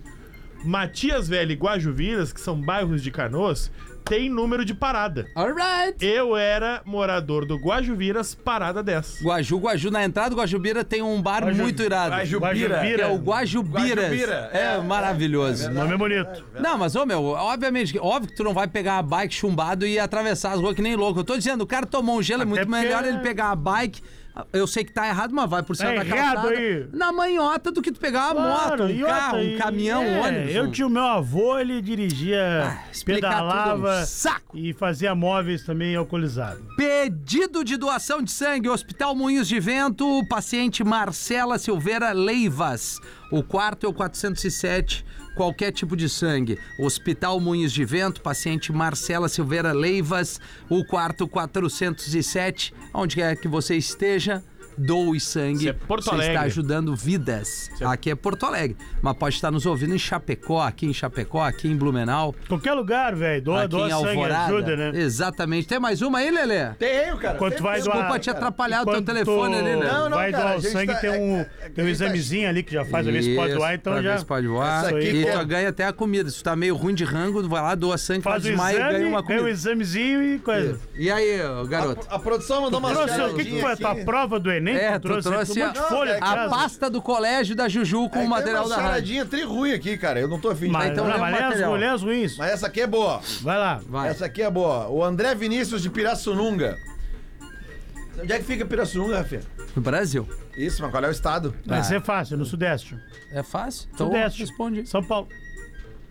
Speaker 8: Matias Velho e Guajuviras, que são bairros de Canoas, tem número de parada.
Speaker 4: Alright.
Speaker 8: Eu era morador do Guajuviras, parada 10.
Speaker 4: Guaju, Guaju, na entrada do Guajubira tem um bar muito irado.
Speaker 5: Guajubira.
Speaker 4: Que é o Guajubiras.
Speaker 5: Guajubira,
Speaker 4: É, maravilhoso.
Speaker 3: Nome bonito.
Speaker 4: Não, mas, ô, meu, obviamente, óbvio que tu não vai pegar a bike chumbado e atravessar as ruas que nem louco. Eu tô dizendo, o cara tomou um gelo, é muito
Speaker 3: porque-
Speaker 4: melhor ele pegar a bike. Eu sei que tá errado, mas vai por cima
Speaker 3: É
Speaker 4: da
Speaker 3: errado
Speaker 4: calçada.
Speaker 3: aí.
Speaker 4: Na manhota do que tu pegar uma
Speaker 3: Claro,
Speaker 4: moto, um
Speaker 3: e outra,
Speaker 4: carro,
Speaker 3: e-
Speaker 4: um caminhão, um
Speaker 3: é,
Speaker 4: ônibus.
Speaker 3: Eu
Speaker 4: um- Ah,
Speaker 3: tinha o meu avô, ele dirigia,
Speaker 4: explicar tudo é
Speaker 3: pedalava
Speaker 4: um saco.
Speaker 3: e fazia móveis também alcoolizado.
Speaker 4: Pedido de doação de sangue, Hospital Moinhos de Vento, paciente Marcela Silveira Leivas. O quarto é o 407, qualquer tipo de sangue. Hospital Moinhos de Vento, paciente Marcela Silveira Leivas, o quarto 407, onde quer que você esteja. Doe sangue.
Speaker 8: Isso é Porto
Speaker 4: você
Speaker 8: Alegre.
Speaker 4: está ajudando vidas. Aqui é Porto Alegre. Mas pode estar nos ouvindo em Chapecó, aqui em Chapecó, aqui em Blumenau,
Speaker 3: Qualquer lugar, velho, doa,
Speaker 4: aqui
Speaker 3: doa
Speaker 4: em
Speaker 3: sangue,
Speaker 4: Ah, Alvorada.
Speaker 3: ajuda, né?
Speaker 4: Exatamente. Tem mais uma aí, Lelê?
Speaker 5: Tenho, cara.
Speaker 3: Quanto
Speaker 5: Tem
Speaker 3: vai
Speaker 5: tempo.
Speaker 3: doar?
Speaker 4: Desculpa te atrapalhar o teu
Speaker 3: Quando
Speaker 4: telefone ali, né?
Speaker 5: Não, não,
Speaker 3: vai
Speaker 5: cara,
Speaker 3: doar
Speaker 5: a
Speaker 3: o
Speaker 5: gente
Speaker 3: sangue,
Speaker 5: tá-
Speaker 3: tem um, tem um
Speaker 5: é- é- a gente tá-
Speaker 3: examedozinho ali que já faz, a ver se pode
Speaker 4: Isso,
Speaker 3: doar, então
Speaker 4: pra
Speaker 3: já
Speaker 4: ver se pode doar.
Speaker 5: Essa aqui
Speaker 4: e
Speaker 5: que é-
Speaker 4: tu ganha até a comida. Se tu tá meio ruim de rango, vai lá, doa sangue,
Speaker 3: faz o
Speaker 4: desmaia e
Speaker 3: exame,
Speaker 4: ganha
Speaker 3: ganha
Speaker 4: uma
Speaker 3: um
Speaker 4: comida.
Speaker 3: examezinho e coisa.
Speaker 4: E aí, ô, garoto?
Speaker 5: A, a produção mandou uma
Speaker 3: Trouxe, o que, que foi? Tá A tua prova do Enem?
Speaker 4: É,
Speaker 3: que
Speaker 4: tu trouxe
Speaker 3: um monte
Speaker 4: a-
Speaker 3: de folha de
Speaker 5: Não,
Speaker 4: A
Speaker 3: casa.
Speaker 4: pasta do colégio da
Speaker 3: É
Speaker 4: Juju com o material da rádio.
Speaker 5: É, charadinha tri ruim aqui, cara. Eu não tô afim de-
Speaker 3: Mas,
Speaker 4: então
Speaker 3: não,
Speaker 4: lê o
Speaker 3: mas lê as
Speaker 4: material.
Speaker 3: mulheres ruins.
Speaker 5: Mas essa aqui é boa.
Speaker 3: Vai lá.
Speaker 4: Vai.
Speaker 5: Essa aqui é boa. O André Vinícius de Pirassununga. Onde é que fica Pirassununga, Rafinha?
Speaker 4: No Brasil.
Speaker 5: Isso, mas qual é o estado?
Speaker 4: Ah.
Speaker 3: Vai ser fácil, no Sudeste.
Speaker 4: É fácil? Então
Speaker 3: Sudeste.
Speaker 4: responde.
Speaker 3: São Paulo.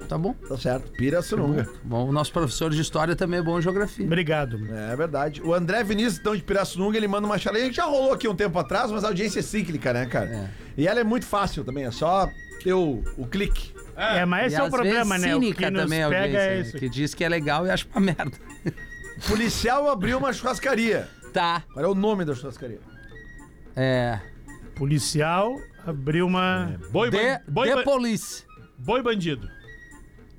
Speaker 4: Tá bom?
Speaker 5: Tá certo. Pirassununga.
Speaker 4: Bom, o nosso professor de história também é bom em geografia.
Speaker 3: Obrigado.
Speaker 5: É verdade. O André Vinícius, então, de Pirassununga, ele manda uma charadinha. A gente já rolou aqui um tempo atrás, mas a audiência é cíclica, né, cara? E ela é muito fácil também, é só ter o, o clique.
Speaker 3: É, mas esse
Speaker 4: E
Speaker 3: é o
Speaker 4: às
Speaker 3: problema,
Speaker 4: vezes
Speaker 3: né? O
Speaker 4: cínica
Speaker 3: que nos
Speaker 4: também a
Speaker 3: pega é
Speaker 4: audiência,
Speaker 3: isso.
Speaker 4: que diz que é legal e acha uma merda.
Speaker 5: Policial abriu uma churrascaria.
Speaker 4: Tá.
Speaker 5: Qual é o nome da churrascaria?
Speaker 4: É.
Speaker 3: Policial abriu uma.
Speaker 8: Boi,
Speaker 4: De,
Speaker 8: ban- boi,
Speaker 4: de
Speaker 8: ban-
Speaker 4: police.
Speaker 8: boi bandido.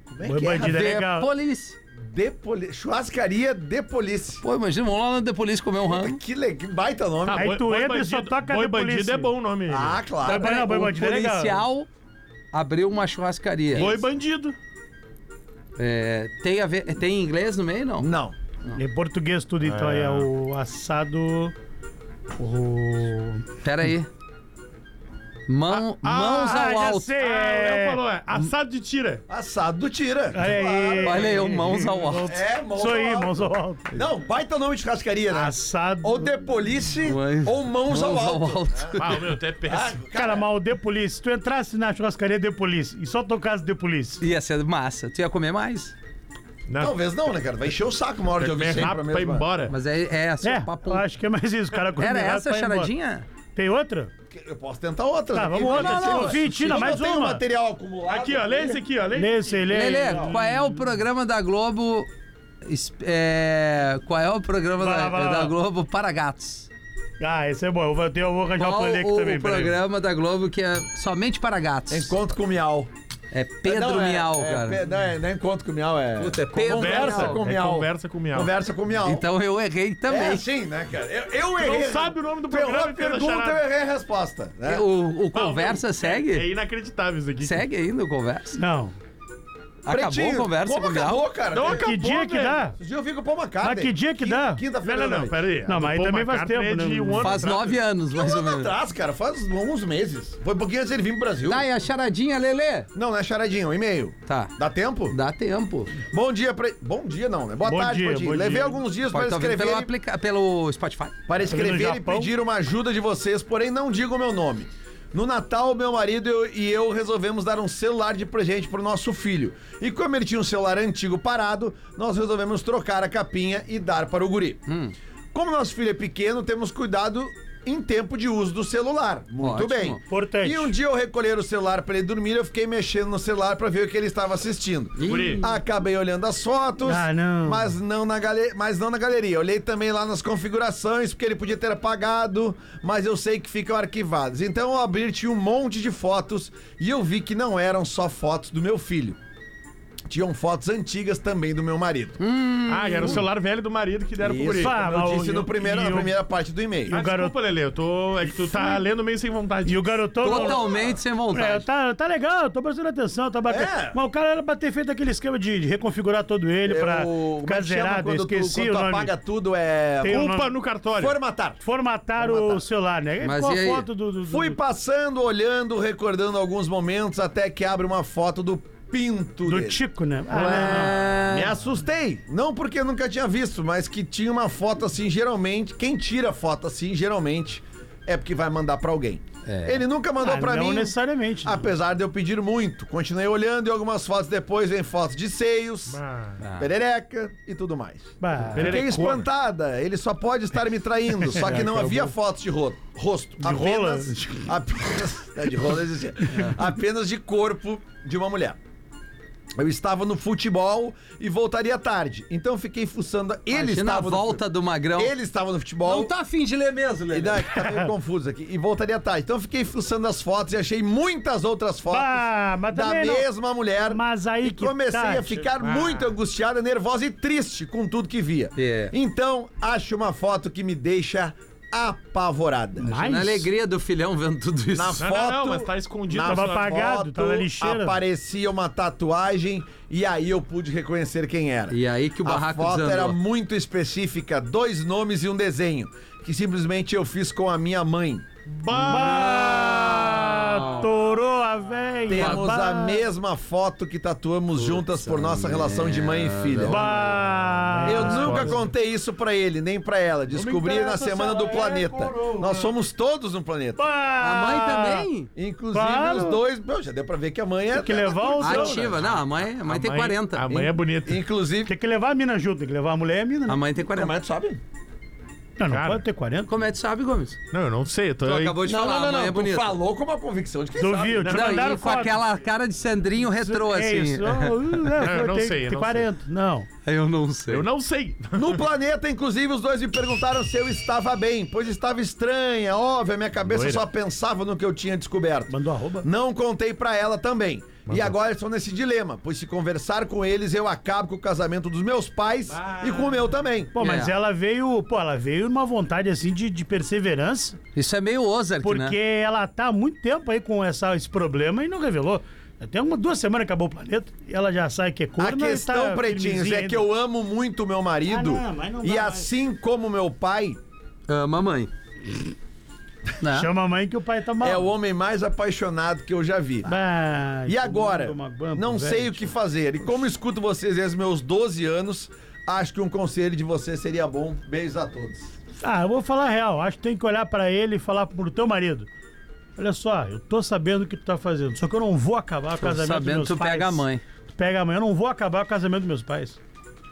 Speaker 5: Como é
Speaker 3: Foi
Speaker 5: que é?
Speaker 3: bandido, é
Speaker 4: De
Speaker 3: legal.
Speaker 4: police.
Speaker 5: De poli... Churrascaria de polícia.
Speaker 4: Pô, imagina, vamos lá no de police comer um rango.
Speaker 5: Que, le... que baita nome.
Speaker 3: Aí tu entra e só toca
Speaker 8: Boi
Speaker 3: de
Speaker 8: bandido
Speaker 3: polícia.
Speaker 8: é bom o nome.
Speaker 5: Ah, claro.
Speaker 3: Não, boi
Speaker 4: o
Speaker 3: bandido é legal.
Speaker 4: policial abriu uma churrascaria.
Speaker 8: Boi bandido.
Speaker 4: É, tem, a ver, tem inglês no meio, não?
Speaker 5: Não.
Speaker 3: Em português tudo, então. aí É o assado. O.
Speaker 4: Pera aí. Mão, mãos
Speaker 3: ah,
Speaker 4: ao
Speaker 3: já
Speaker 4: alto.
Speaker 3: sei.
Speaker 8: Ah, o
Speaker 3: É.
Speaker 8: Léo falou, é assado de tira.
Speaker 5: Assado do tira.
Speaker 3: Olha aí.
Speaker 4: Olha aí, o mãos ao alto.
Speaker 5: É, mãos
Speaker 3: Isso aí,
Speaker 5: ao alto.
Speaker 3: mãos ao alto.
Speaker 5: Não, baita nome de churrascaria, né?
Speaker 3: Assado.
Speaker 5: Ou de polícia
Speaker 4: Mãos-
Speaker 5: ou mãos, ao alto.
Speaker 8: Ah, o meu até é péssimo.
Speaker 3: Cara, mas o The Police, se tu entrasse na churrascaria The Police e só tocasse The Police,
Speaker 4: *laughs* Ia ser massa. Tu ia comer mais?
Speaker 5: Talvez não, né, cara? Vai encher o saco uma hora de ouvir
Speaker 8: Vem
Speaker 5: sempre a
Speaker 8: é rápido pra ir
Speaker 5: mesma.
Speaker 8: embora.
Speaker 4: Mas é, é só
Speaker 3: é,
Speaker 4: papo.
Speaker 3: eu acho que é mais isso, o cara.
Speaker 4: Era
Speaker 3: combinado
Speaker 4: essa a
Speaker 3: pra ir embora.
Speaker 4: charadinha?
Speaker 3: Tem outra?
Speaker 5: Eu posso tentar outra. né?
Speaker 3: Tá, vamos outra.
Speaker 5: Não,
Speaker 3: Não,
Speaker 5: assim, não,
Speaker 3: Tira mais
Speaker 5: tem
Speaker 3: uma.
Speaker 5: material acumulado.
Speaker 8: Aqui, ó, lê esse aqui, ó. Lê.
Speaker 3: Nesse, ele é-
Speaker 4: Lelê, qual é o programa da Globo? es- é, qual é o programa
Speaker 3: Vai lá,
Speaker 4: da,
Speaker 3: vai lá,
Speaker 4: da
Speaker 3: vai lá.
Speaker 4: Globo para gatos?
Speaker 3: Ah, esse é bom. Eu vou, eu vou arranjar
Speaker 4: Qual
Speaker 3: pra ele aqui
Speaker 4: o
Speaker 3: também, peraí.
Speaker 4: programa da Globo que é somente para gatos?
Speaker 5: Encontro com o Miau.
Speaker 4: É Pedro
Speaker 5: Não, é-
Speaker 4: Miau,
Speaker 5: é
Speaker 4: cara.
Speaker 5: pe- não, é, não é encontro com o Miau, é...
Speaker 4: Puta, é Pedro
Speaker 5: conversa
Speaker 4: Miau.
Speaker 5: com o
Speaker 8: É
Speaker 5: Miau.
Speaker 8: conversa com o Miau.
Speaker 5: Conversa com o Miau.
Speaker 4: Então eu errei
Speaker 5: é
Speaker 4: também.
Speaker 5: assim, né, cara? Eu, eu errei.
Speaker 8: Não sabe o nome do
Speaker 5: Ferrou
Speaker 8: programa
Speaker 5: a
Speaker 8: e fez a
Speaker 5: pergunta, eu
Speaker 8: charada.
Speaker 5: errei a resposta. Né?
Speaker 4: O, o Conversa
Speaker 8: É
Speaker 4: segue?
Speaker 8: inacreditável isso aqui.
Speaker 4: Segue ainda o Conversa?
Speaker 3: Não.
Speaker 4: Acabou a conversa
Speaker 5: como
Speaker 4: mundial.
Speaker 5: acabou, cara?
Speaker 8: Não,
Speaker 5: Esses
Speaker 3: Que
Speaker 8: Então, acabou,
Speaker 3: dia que
Speaker 8: velho.
Speaker 3: dá?
Speaker 5: dias eu fico com uma cara.
Speaker 3: Mas que dia que dá?
Speaker 5: Quinta-feira.
Speaker 8: Não, não, não, peraí.
Speaker 3: Não, mas aí
Speaker 8: Paul
Speaker 3: também faz
Speaker 8: McCartney
Speaker 3: tempo,
Speaker 8: é de
Speaker 3: né?
Speaker 8: um ano
Speaker 4: Faz
Speaker 8: atrás.
Speaker 4: nove anos, mais ou menos.
Speaker 5: um Atrás, cara, faz uns meses. Foi um pouquinho antes dele vir pro Brasil.
Speaker 4: Dai a charadinha, Lelê.
Speaker 5: Não, não é charadinha, é um e-mail.
Speaker 4: é. Tá.
Speaker 5: Dá tempo?
Speaker 4: Dá tempo.
Speaker 5: Bom dia pra. Bom dia, não, né? Boa
Speaker 3: Bom
Speaker 5: tarde,
Speaker 3: dia,
Speaker 5: Padinho.
Speaker 3: bom
Speaker 5: Levei
Speaker 3: dia.
Speaker 5: alguns dias
Speaker 4: Pode tá estar
Speaker 5: para
Speaker 4: vendo
Speaker 5: escrever,
Speaker 4: pelo,
Speaker 5: e-
Speaker 4: aplica- pelo Spotify.
Speaker 5: para escrever e
Speaker 3: Tá Japão?
Speaker 5: pedir uma ajuda de vocês, porém não digo o meu nome. No Natal, meu marido eu- e eu resolvemos dar um celular de presente pro nosso filho. E como ele tinha um celular antigo parado, nós resolvemos trocar a capinha e dar para o guri.
Speaker 3: Hum.
Speaker 5: Como nosso filho é pequeno, temos cuidado em tempo de uso do celular. Muito
Speaker 4: Ótimo.
Speaker 5: bem.
Speaker 3: Importante.
Speaker 5: E um dia eu recolher o celular para ele dormir, eu fiquei mexendo no celular para ver o que ele estava assistindo.
Speaker 8: Guri.
Speaker 5: Acabei olhando as fotos,
Speaker 3: Ah, não.
Speaker 5: mas não na galeria, mas não na galeria. Olhei também lá nas configurações, porque ele podia ter apagado, mas eu sei que ficam arquivadas. Então eu abri tinha um monte de fotos e eu vi que não eram só fotos do meu filho. Tinham fotos antigas também do meu marido.
Speaker 8: Ah, era o celular velho do marido que deram pro
Speaker 5: um- Isso,
Speaker 8: guri.
Speaker 3: Fala,
Speaker 5: como eu
Speaker 3: Ah, mas
Speaker 5: disse
Speaker 3: o-
Speaker 5: no primeiro,
Speaker 3: e
Speaker 5: na
Speaker 3: o-
Speaker 5: primeira parte do e-mail.
Speaker 8: Ah,
Speaker 3: o garoto-
Speaker 8: Desculpa, Lele, eu tô. É que tu tá lendo meio sem vontade.
Speaker 3: E o garotão.
Speaker 4: Totalmente sem
Speaker 3: É,
Speaker 4: vontade.
Speaker 3: tá, tá legal, tô prestando atenção, tá bacana.
Speaker 5: É.
Speaker 3: Mas o cara era pra ter feito aquele esquema de, de reconfigurar todo ele
Speaker 5: É
Speaker 3: pra
Speaker 5: o- como é
Speaker 3: ficar
Speaker 5: que chama
Speaker 3: zerado, eu
Speaker 5: quando tu-
Speaker 3: esqueci
Speaker 5: quando
Speaker 3: o
Speaker 5: tu
Speaker 3: nome.
Speaker 5: apaga tudo é
Speaker 3: Tem o
Speaker 8: Culpa
Speaker 3: nome.
Speaker 8: no cartório.
Speaker 5: formatar.
Speaker 3: Formataram o celular, né? Aí
Speaker 4: Mas
Speaker 3: ficou
Speaker 4: e
Speaker 3: a
Speaker 4: aí?
Speaker 3: foto do. do- do-
Speaker 5: Fui
Speaker 3: do,
Speaker 5: passando, olhando, recordando alguns momentos até que abre uma foto do pinto
Speaker 3: do
Speaker 5: dele.
Speaker 3: Tico, né? Ah,
Speaker 5: Me assustei. Não porque eu nunca tinha visto, mas que tinha uma foto assim, geralmente. Quem tira foto assim, geralmente, é porque vai mandar pra alguém. Ele nunca mandou
Speaker 3: Ah,
Speaker 5: pra
Speaker 3: não
Speaker 5: mim.
Speaker 3: necessariamente, né?
Speaker 5: Apesar de eu pedir muito. Continuei olhando e algumas fotos depois vem fotos de seios,
Speaker 8: Ah,
Speaker 5: perereca e tudo mais.
Speaker 3: Bah,
Speaker 5: Fiquei espantada, ele só pode estar me traindo, só
Speaker 3: É,
Speaker 5: que não havia fotos de ro- rosto. apenas,
Speaker 3: *laughs*
Speaker 5: apenas. É, de rola existia. Apenas de corpo de uma mulher. Eu estava no futebol e voltaria tarde. Então fiquei fuçando. Ele
Speaker 4: Imagina a
Speaker 5: estava.
Speaker 4: volta
Speaker 5: no,
Speaker 4: do Magrão.
Speaker 5: fu- Ele é estava no futebol.
Speaker 4: Não tá afim de ler mesmo,
Speaker 5: E
Speaker 4: Lelê.
Speaker 5: daí, tá meio confuso aqui. E voltaria tarde. Então fiquei fuçando as fotos e achei muitas outras fotos
Speaker 3: Bah, mas
Speaker 5: da
Speaker 3: também não-
Speaker 5: mesma mulher.
Speaker 3: Mas aí
Speaker 5: e
Speaker 3: que
Speaker 5: comecei
Speaker 3: tá,
Speaker 5: a ficar
Speaker 3: tio.
Speaker 5: muito angustiada, nervosa e triste com tudo que via.
Speaker 4: É.
Speaker 5: Então, acho uma foto que me deixa apavorada.
Speaker 3: Mas-
Speaker 4: Na alegria do filhão vendo tudo isso.
Speaker 5: Na
Speaker 8: Não,
Speaker 5: é foto,
Speaker 8: não, não, mas tá escondido.
Speaker 5: na
Speaker 3: tava
Speaker 5: foto,
Speaker 3: apagado, tá na lixeira.
Speaker 5: Aparecia uma tatuagem e aí eu pude reconhecer quem era.
Speaker 4: E aí que o
Speaker 5: A
Speaker 4: barraco
Speaker 5: foto
Speaker 4: desandou.
Speaker 5: era muito específica, dois nomes e um desenho, que simplesmente eu fiz com a minha mãe.
Speaker 3: Bah, torou a velha.
Speaker 5: Temos
Speaker 3: bah,
Speaker 5: a mesma foto que tatuamos juntas por nossa relação de mãe e filha.
Speaker 3: Bah,
Speaker 5: Eu nunca contei isso pra ele, nem pra ela. Descobri na semana
Speaker 3: é
Speaker 5: do planeta. Nós somos todos no planeta.
Speaker 3: bah.
Speaker 4: A mãe também?
Speaker 5: Inclusive
Speaker 3: Claro.
Speaker 5: os dois. Meu, já deu pra ver que a mãe é.
Speaker 3: Tem que levar o seu-
Speaker 4: Ativa. Não, a mãe, a mãe tem 40.
Speaker 8: A mãe é bonita.
Speaker 5: Inclusive.
Speaker 3: Tem que levar a mina junto, tem que levar a mulher e a mina. né?
Speaker 4: A mãe tem 40.
Speaker 5: tu sabe?
Speaker 3: Não, não
Speaker 8: Cara.
Speaker 3: pode ter 40.
Speaker 4: Como é que tu sabe, Gomes?
Speaker 8: Não, eu não sei. Eu tô
Speaker 4: Tu
Speaker 8: aí.
Speaker 4: acabou de
Speaker 5: Não,
Speaker 4: falar,
Speaker 5: não, não,
Speaker 4: a mãe
Speaker 5: não.
Speaker 4: é
Speaker 5: tu
Speaker 4: bonita.
Speaker 5: falou com uma convicção de quem sabe.
Speaker 3: Duviu, te
Speaker 4: né? Não,
Speaker 3: mandaram
Speaker 4: e com
Speaker 3: foto.
Speaker 4: aquela cara de Sandrinho retrô,
Speaker 3: É
Speaker 4: assim. *laughs*
Speaker 3: isso. Ah,
Speaker 8: eu não
Speaker 3: tem-
Speaker 8: sei, eu
Speaker 3: Tem
Speaker 8: não
Speaker 3: 40, não.
Speaker 4: Eu não sei.
Speaker 8: Eu não sei.
Speaker 5: *laughs* No planeta, inclusive, os dois me perguntaram se eu estava bem, pois estava estranha, óbvio, a minha cabeça
Speaker 8: Loira.
Speaker 5: só pensava no que eu tinha descoberto.
Speaker 3: Mandou arroba.
Speaker 5: Não contei pra ela também. E agora estão nesse dilema, pois se conversar com eles, eu acabo com o casamento dos meus pais e com o meu também.
Speaker 3: Pô, mas
Speaker 4: É.
Speaker 3: ela veio, pô, ela veio numa vontade assim de, de perseverança,
Speaker 4: Isso é meio Ozark,
Speaker 3: porque
Speaker 4: né?
Speaker 3: ela tá há muito tempo aí com essa, esse problema e não revelou. Tem uma, duas semanas que acabou o planeta e ela já sabe que é
Speaker 5: A
Speaker 3: corna e
Speaker 5: questão,
Speaker 3: tá
Speaker 5: pretinhos,
Speaker 3: firmezinha
Speaker 5: é
Speaker 3: ainda.
Speaker 5: que eu amo muito meu marido.
Speaker 3: Ah, não, mas não
Speaker 5: e
Speaker 3: vai.
Speaker 5: assim como meu pai,
Speaker 4: Ah, mamãe. Né?
Speaker 3: Chama a mãe que o pai tá mal.
Speaker 5: é o homem mais apaixonado que eu já vi.
Speaker 3: Bah,
Speaker 5: E agora?
Speaker 3: toma banco,
Speaker 5: Não
Speaker 3: velho,
Speaker 5: sei o que fazer. E como escuto vocês desde meus 12 anos, acho que um conselho de vocês seria bom. Beijos a todos.
Speaker 3: Ah, eu vou falar a real. Acho que tem que olhar pra ele e falar pro teu marido. Olha só, eu tô sabendo o que tu tá fazendo, só que eu não vou acabar o casamento dos
Speaker 4: sabendo
Speaker 3: meus
Speaker 4: tu
Speaker 3: pais.
Speaker 4: pega a mãe.
Speaker 3: Tu pega a mãe, eu não vou acabar o casamento dos meus pais.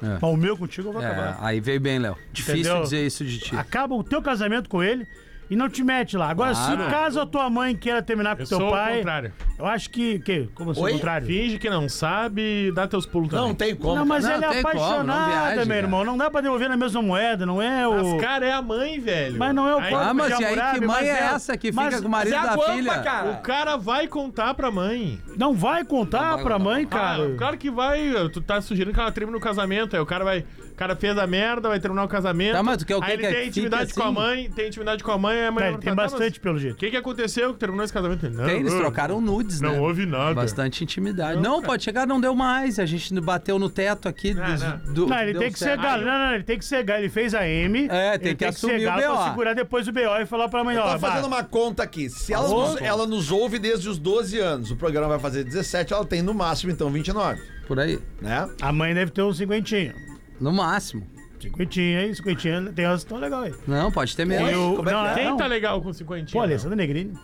Speaker 4: É.
Speaker 3: Mas o meu contigo eu vou
Speaker 4: É,
Speaker 3: acabar.
Speaker 4: aí veio bem, Léo. Difícil
Speaker 3: Entendeu?
Speaker 4: dizer isso de ti. Ah,
Speaker 3: Acaba o teu casamento com ele e não te mete lá. Agora,
Speaker 4: Claro.
Speaker 3: se caso a tua mãe queira terminar com
Speaker 8: Eu
Speaker 3: teu
Speaker 8: sou o
Speaker 3: pai,
Speaker 8: contrário.
Speaker 3: eu acho que, que como assim, o
Speaker 5: Oi?
Speaker 3: contrário?
Speaker 8: Finge que não sabe e dá teus pulos também.
Speaker 5: Não tem como.
Speaker 3: Não, mas
Speaker 4: Não,
Speaker 3: ela é
Speaker 4: tem como, não
Speaker 3: apaixonada,
Speaker 4: viaja,
Speaker 3: meu
Speaker 4: cara.
Speaker 3: irmão. Não dá pra devolver na mesma moeda, não é o
Speaker 8: Mas, cara, é a mãe, velho.
Speaker 3: Mas não é o
Speaker 8: Aí,
Speaker 3: corpo
Speaker 4: Ah, mas
Speaker 3: de
Speaker 4: e aí que
Speaker 3: Hammurabi,
Speaker 4: mãe
Speaker 3: mas
Speaker 4: é
Speaker 3: ela-
Speaker 4: essa que
Speaker 3: mas-
Speaker 4: fica com o marido da filha?
Speaker 8: O cara vai contar pra mãe.
Speaker 3: Não vai contar
Speaker 4: Não vai
Speaker 3: pra
Speaker 4: contar.
Speaker 3: mãe,
Speaker 8: Cara,
Speaker 3: cara.
Speaker 8: claro que vai. Tu tá sugerindo que ela termine no casamento. Aí o cara vai. cara fez a merda, vai terminar o casamento.
Speaker 4: Tá, mas tu quer o quê?
Speaker 8: Aí ele
Speaker 4: Que
Speaker 8: tem
Speaker 4: fique
Speaker 8: intimidade com a
Speaker 4: assim?
Speaker 8: mãe, tem intimidade com a mãe, a mãe
Speaker 3: Não,
Speaker 8: vai
Speaker 3: ele tem
Speaker 8: perguntar, "Tá, mas
Speaker 3: bastante
Speaker 8: O
Speaker 3: biologia.
Speaker 8: que, que aconteceu que terminou esse casamento? Ele, Não,
Speaker 4: Tem, eles
Speaker 8: eu-
Speaker 4: trocaram nudes,
Speaker 8: Não
Speaker 4: né?
Speaker 8: houve nada.
Speaker 4: Bastante intimidade. Não, pode chegar, não deu mais. A gente bateu no teto aqui. dos-
Speaker 8: não.
Speaker 4: do-
Speaker 3: Não, ele
Speaker 4: deu
Speaker 3: tem que
Speaker 4: certo.
Speaker 3: ser galo. Não, não, ele tem que ser galo. Ele fez a M.
Speaker 4: É,
Speaker 3: ele
Speaker 4: tem que assumir
Speaker 3: ser
Speaker 4: o
Speaker 3: galo pra
Speaker 4: BO.
Speaker 3: segurar depois o BO e falar pra mãe, ó,
Speaker 5: Tá
Speaker 3: bah,
Speaker 5: fazendo uma conta aqui. Se ela nos, ela nos ouve desde os 12 anos, o programa vai fazer 17, ela tem no máximo, então, 29,
Speaker 4: Por aí.
Speaker 5: né?
Speaker 3: a mãe deve ter uns cinquentinho.
Speaker 4: No máximo.
Speaker 3: Cinquentinho aí, cinquentinho. Tem umas tão legal aí.
Speaker 4: Não, pode ter menos.
Speaker 3: Tem o-
Speaker 5: como é que
Speaker 3: não,
Speaker 5: é?
Speaker 3: não.
Speaker 8: Quem tá legal com 50?
Speaker 3: Pô, Alessandro Negrini.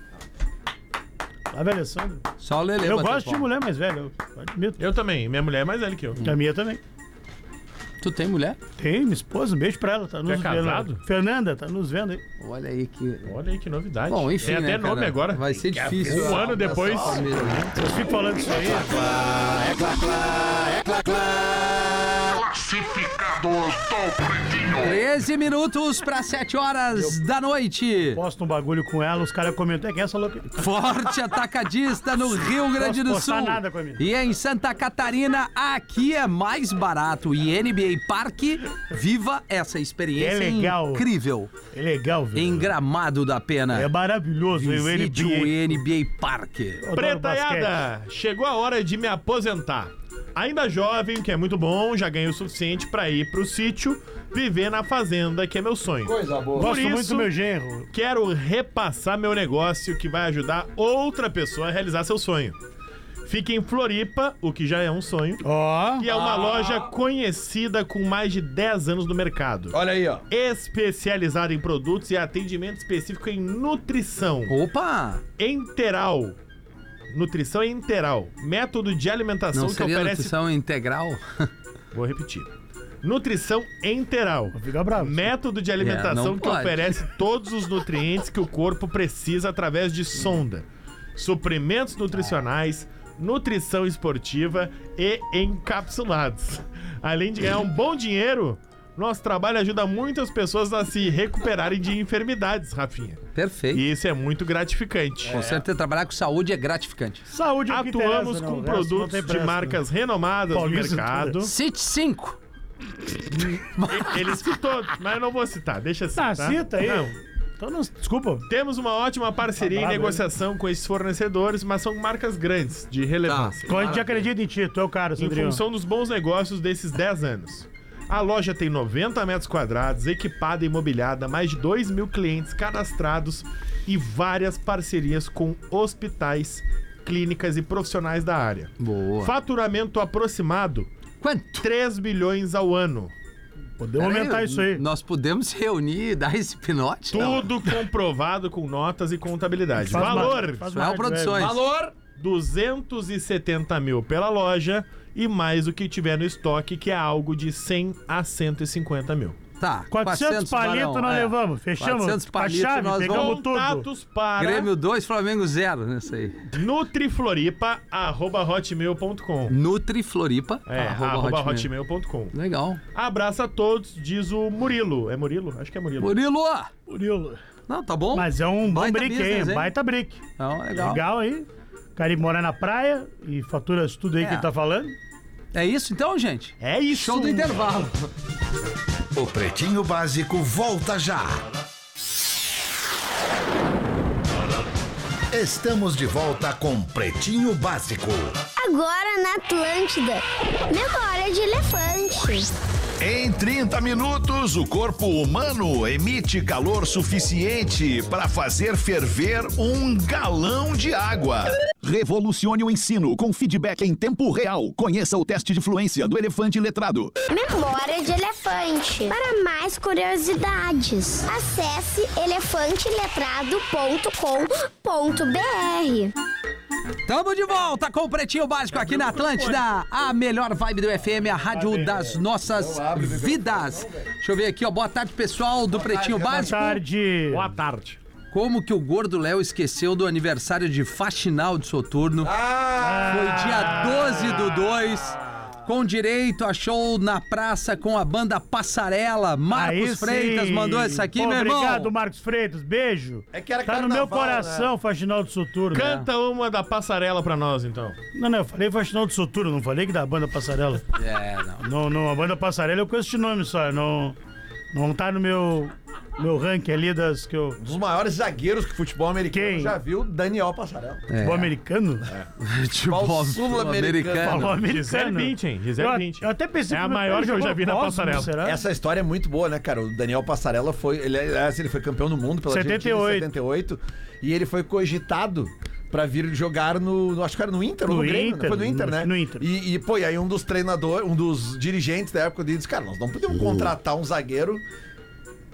Speaker 3: Lá vai Alessandro.
Speaker 4: Só o Lelê
Speaker 3: Eu
Speaker 4: bateu
Speaker 3: gosto de
Speaker 4: palma.
Speaker 3: mulher mais velha. Eu admito.
Speaker 8: Eu também, minha mulher é mais velha que eu.
Speaker 3: A minha também.
Speaker 4: Tu tem mulher?
Speaker 3: Tem, minha esposa, um beijo pra ela.
Speaker 5: é
Speaker 3: Tá nos vendo.
Speaker 8: casado?
Speaker 3: Fernanda, tá nos vendo aí.
Speaker 4: Olha aí que...
Speaker 8: Olha aí que novidade.
Speaker 4: Bom, enfim,
Speaker 8: Tem até
Speaker 4: né,
Speaker 8: nome
Speaker 4: cara?
Speaker 8: agora.
Speaker 4: Vai ser
Speaker 3: é
Speaker 4: difícil.
Speaker 8: Um ano depois.
Speaker 3: Eu fico falando isso aí.
Speaker 1: Classificados do Pretinho.
Speaker 4: 13 minutos para 7 horas da noite.
Speaker 3: Posto um bagulho com ela, os caras comentam. É que essa louca.
Speaker 4: Forte atacadista no Rio Grande do
Speaker 3: posso
Speaker 4: Sul.
Speaker 3: postar nada com a mina.
Speaker 4: E em Santa Catarina, aqui é mais barato. E NBA Parque, viva essa experiência
Speaker 3: É legal.
Speaker 4: incrível.
Speaker 3: É legal,
Speaker 4: Em
Speaker 3: velho.
Speaker 4: Gramado da Pena.
Speaker 3: É maravilhoso. aí, o
Speaker 4: Visite
Speaker 3: NBA.
Speaker 4: o NBA Parque.
Speaker 3: Eu adoro basquete.
Speaker 8: Pretaiada, chegou a hora de me aposentar. Ainda jovem, o que é muito bom, já ganhei o suficiente pra ir pro sítio viver na fazenda, que é meu sonho.
Speaker 5: Coisa boa.
Speaker 3: Gosto muito
Speaker 8: isso-
Speaker 3: do meu genro.
Speaker 8: Quero repassar meu negócio que vai ajudar outra pessoa a realizar seu sonho. Fica em Floripa, o que já é um sonho,
Speaker 3: Ó.
Speaker 8: e é uma loja conhecida com mais de 10 anos no mercado.
Speaker 5: Olha aí, ó.
Speaker 8: Especializada em produtos e atendimento específico em nutrição.
Speaker 4: Opa!
Speaker 8: Enteral. Nutrição integral. Método de alimentação
Speaker 4: Não
Speaker 8: que
Speaker 4: seria
Speaker 8: oferece.
Speaker 4: nutrição integral?
Speaker 8: Vou repetir. Nutrição integral.
Speaker 3: Fica bravo.
Speaker 8: Método de
Speaker 4: É,
Speaker 8: alimentação
Speaker 4: não
Speaker 8: que
Speaker 4: pode. *laughs*
Speaker 8: oferece todos os nutrientes que o corpo precisa através de sonda, suprimentos nutricionais, nutrição esportiva e encapsulados. Além de ganhar um bom dinheiro, nosso trabalho ajuda muitas pessoas a se recuperarem de enfermidades, Rafinha.
Speaker 4: Perfeito.
Speaker 8: E isso é muito gratificante.
Speaker 4: Com certeza, trabalhar com saúde é gratificante.
Speaker 3: Saúde é o que
Speaker 8: Atuamos
Speaker 3: interessa, não.
Speaker 8: com
Speaker 3: O resto não
Speaker 8: produtos
Speaker 3: tem
Speaker 8: de
Speaker 3: pressa, né?
Speaker 8: marcas renomadas no
Speaker 3: Paulista,
Speaker 8: mercado.
Speaker 4: Cite 5.
Speaker 8: Ele citou, mas eu não vou citar, deixa assim.
Speaker 3: Tá,
Speaker 8: tá?
Speaker 3: cita aí.
Speaker 8: Não.
Speaker 3: Então não. Desculpa.
Speaker 8: Temos uma ótima parceria
Speaker 3: Tá
Speaker 8: e
Speaker 3: bravo,
Speaker 8: negociação com esses fornecedores, mas são marcas grandes, de relevância.
Speaker 3: A gente acredita em ti, tu é o cara,
Speaker 8: Em
Speaker 3: Sandrinho.
Speaker 8: função dos bons negócios desses 10 anos. A loja tem 90 metros quadrados, equipada e imobiliada, mais de 2 mil clientes cadastrados e várias parcerias com hospitais, clínicas e profissionais da área.
Speaker 4: Boa.
Speaker 8: Faturamento aproximado,
Speaker 4: Quanto?
Speaker 8: 3 bilhões ao ano.
Speaker 3: Podemos
Speaker 4: É,
Speaker 3: aumentar isso aí.
Speaker 4: Nós podemos se reunir e dar esse pinote?
Speaker 8: Tudo comprovado com notas e contabilidade.
Speaker 3: Faz uma-
Speaker 8: Valor!
Speaker 3: faz uma
Speaker 4: Não,
Speaker 3: rádio
Speaker 4: é produções.
Speaker 3: web.
Speaker 4: Valor!
Speaker 8: 270 mil pela loja e mais o que tiver no estoque, que é algo de 100 a 150 mil.
Speaker 4: Tá.
Speaker 3: 400 palito
Speaker 4: varão,
Speaker 3: nós
Speaker 4: é.
Speaker 3: levamos. Fechamos.
Speaker 4: 400
Speaker 3: com a
Speaker 4: palito
Speaker 3: chave,
Speaker 4: nós
Speaker 3: pegamos
Speaker 4: vamos-
Speaker 3: tudo.
Speaker 8: Contatos para
Speaker 4: Grêmio 2, Flamengo 0 nessa aí.
Speaker 8: nutrifloripa.hotmail.com
Speaker 4: Nutrifloripa.
Speaker 8: É, arroba hotmail.com.
Speaker 4: Legal.
Speaker 8: Abraço a todos, diz o Murilo. É Murilo? Acho que é Murilo.
Speaker 4: Murilo!
Speaker 3: Murilo.
Speaker 4: Não, tá bom?
Speaker 3: Mas é um bom
Speaker 4: Baita
Speaker 3: brick
Speaker 4: business,
Speaker 3: aí,
Speaker 4: hein?
Speaker 3: baita brick.
Speaker 4: Não, legal.
Speaker 3: Legal aí. O cara mora na praia e fatura isso tudo aí
Speaker 4: É.
Speaker 3: que ele tá falando.
Speaker 4: É isso então, gente?
Speaker 8: É isso.
Speaker 4: Show do intervalo.
Speaker 1: O Pretinho Básico volta já. Estamos de volta com Pretinho Básico.
Speaker 9: Agora na Atlântida. Memória de elefante.
Speaker 1: Em 30 minutos, o corpo humano emite calor suficiente para fazer ferver um galão de água.
Speaker 10: Revolucione o ensino com feedback em tempo real. Conheça o teste de fluência do elefante letrado.
Speaker 9: Memória de elefante. Para mais curiosidades, acesse elefanteletrado.com.br.
Speaker 4: Tamo de volta com o Pretinho Básico aqui na Atlântida. A melhor vibe do FM, a rádio das nossas vidas. Deixa eu ver aqui, ó. Boa tarde, pessoal do Pretinho Básico.
Speaker 3: Boa tarde.
Speaker 8: Boa tarde.
Speaker 4: Como que o gordo Léo esqueceu do
Speaker 3: Ah!
Speaker 4: aniversário de Faxinal de Soturno? Foi dia 12 do 2. com direito a show na praça com a banda Passarela. Marcos
Speaker 3: Aí
Speaker 4: Freitas
Speaker 3: sim.
Speaker 4: mandou essa aqui,
Speaker 3: Ah, Pô,
Speaker 4: meu irmão.
Speaker 3: Obrigado, Marcos Freitas. Beijo.
Speaker 5: É que era
Speaker 3: Tá no meu
Speaker 5: carnaval,
Speaker 3: coração, Faxinal do Soturno.
Speaker 8: Canta uma da Então, passarela pra nós, então.
Speaker 3: Não, não, eu falei Faxinal do Soturno, não falei que da banda
Speaker 4: *laughs*
Speaker 3: Passarela.
Speaker 4: É, não.
Speaker 3: não, não, a banda Passarela eu conheço de nome só, eu não... Não tá no meu... Meu ranking ali das que eu...
Speaker 5: Um dos maiores zagueiros que o futebol americano
Speaker 3: Quem?
Speaker 5: já viu, Daniel Passarela.
Speaker 3: Futebol
Speaker 4: *laughs*
Speaker 3: americano?
Speaker 4: É, Futebol
Speaker 5: sul-americano.
Speaker 4: sul-americano.
Speaker 3: Futebol americano.
Speaker 8: Gisele Bündchen, Gisele
Speaker 3: eu,
Speaker 8: Bündchen.
Speaker 3: eu até pensei...
Speaker 8: É
Speaker 3: que
Speaker 8: a
Speaker 3: meu
Speaker 8: maior
Speaker 3: pai
Speaker 8: que eu já
Speaker 3: jogou
Speaker 8: vi na
Speaker 3: Cosmo,
Speaker 8: Passarela.
Speaker 3: será?
Speaker 5: Essa história é muito boa, né, cara? O Daniel Passarela foi. Ele, aliás, ele foi campeão do mundo pela Argentina
Speaker 3: 78.
Speaker 5: em 78. E ele foi cogitado pra vir jogar no. no- acho que era no Inter, ou
Speaker 3: No
Speaker 5: no Grêmio, né?
Speaker 3: Inter,
Speaker 5: Foi no Inter,
Speaker 3: no-
Speaker 5: né?
Speaker 3: no Inter.
Speaker 5: E, e, pô, e aí um dos treinadores, um dos dirigentes da época dele disse: cara, nós não podemos contratar um zagueiro.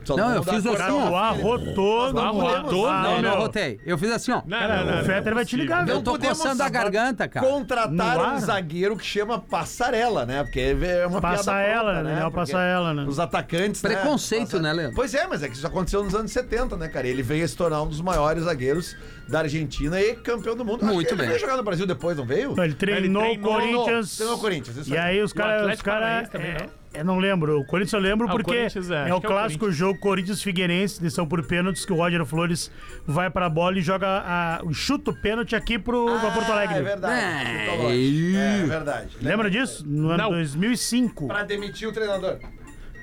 Speaker 5: Só
Speaker 4: Não,
Speaker 5: vamos
Speaker 4: eu
Speaker 5: dar
Speaker 4: fiz assim, o
Speaker 5: coração
Speaker 4: assunto.
Speaker 3: Tu
Speaker 5: a ele."
Speaker 3: arrotou,
Speaker 5: Nós não podemos-
Speaker 3: arrotou.
Speaker 5: Ah,
Speaker 4: Não, não,
Speaker 3: meu.
Speaker 4: eu rotei. Eu fiz assim, ó.
Speaker 8: Não, não,
Speaker 3: O Fetter vai te ligar,
Speaker 5: Não
Speaker 4: Eu tô
Speaker 5: podemos
Speaker 4: coçando a garganta, cara.
Speaker 3: No
Speaker 5: Contrataram
Speaker 3: ar?
Speaker 5: um zagueiro que chama Passarela, né? Porque é uma
Speaker 3: Passa
Speaker 5: piada
Speaker 3: ela,
Speaker 5: pronta,
Speaker 3: né? Daniel
Speaker 5: Porque
Speaker 3: Passarela, né?
Speaker 5: Os atacantes, né?
Speaker 4: Preconceito,
Speaker 5: Passa-
Speaker 4: né, Leandro?
Speaker 5: Pois é, mas é que isso aconteceu nos anos 70, né, cara? Ele veio a se tornar um dos maiores zagueiros da Argentina e campeão do mundo. Acho
Speaker 4: Muito
Speaker 5: que ele
Speaker 4: bem.
Speaker 5: veio jogar no Brasil depois, não veio?
Speaker 3: Não, Ele treinou o
Speaker 8: treinou-
Speaker 3: Corinthians.
Speaker 5: treinou o Corinthians, isso
Speaker 3: E
Speaker 5: aí.
Speaker 3: aí os
Speaker 8: E o
Speaker 3: caras. Os
Speaker 8: Atlético
Speaker 3: cara,
Speaker 8: Paranaense também,
Speaker 3: é-
Speaker 8: não?
Speaker 3: eu não lembro. O Corinthians eu lembro
Speaker 8: Ah, o
Speaker 3: porque
Speaker 8: Corinthians, é,
Speaker 3: é,
Speaker 8: acho
Speaker 3: o
Speaker 8: que é o
Speaker 3: clássico
Speaker 8: Corinthians.
Speaker 3: jogo Corinthians Figueirense, decisão por pênaltis, que o Roger Flores vai pra bola e joga. a- chuta o pênalti aqui pro pra Porto
Speaker 5: Ah, é
Speaker 3: Alegre.
Speaker 5: verdade.
Speaker 4: É.
Speaker 5: Então, lógico. É, é verdade.
Speaker 3: Lembra disso? No ano
Speaker 8: Não.
Speaker 3: 2005.
Speaker 5: Pra demitir o treinador.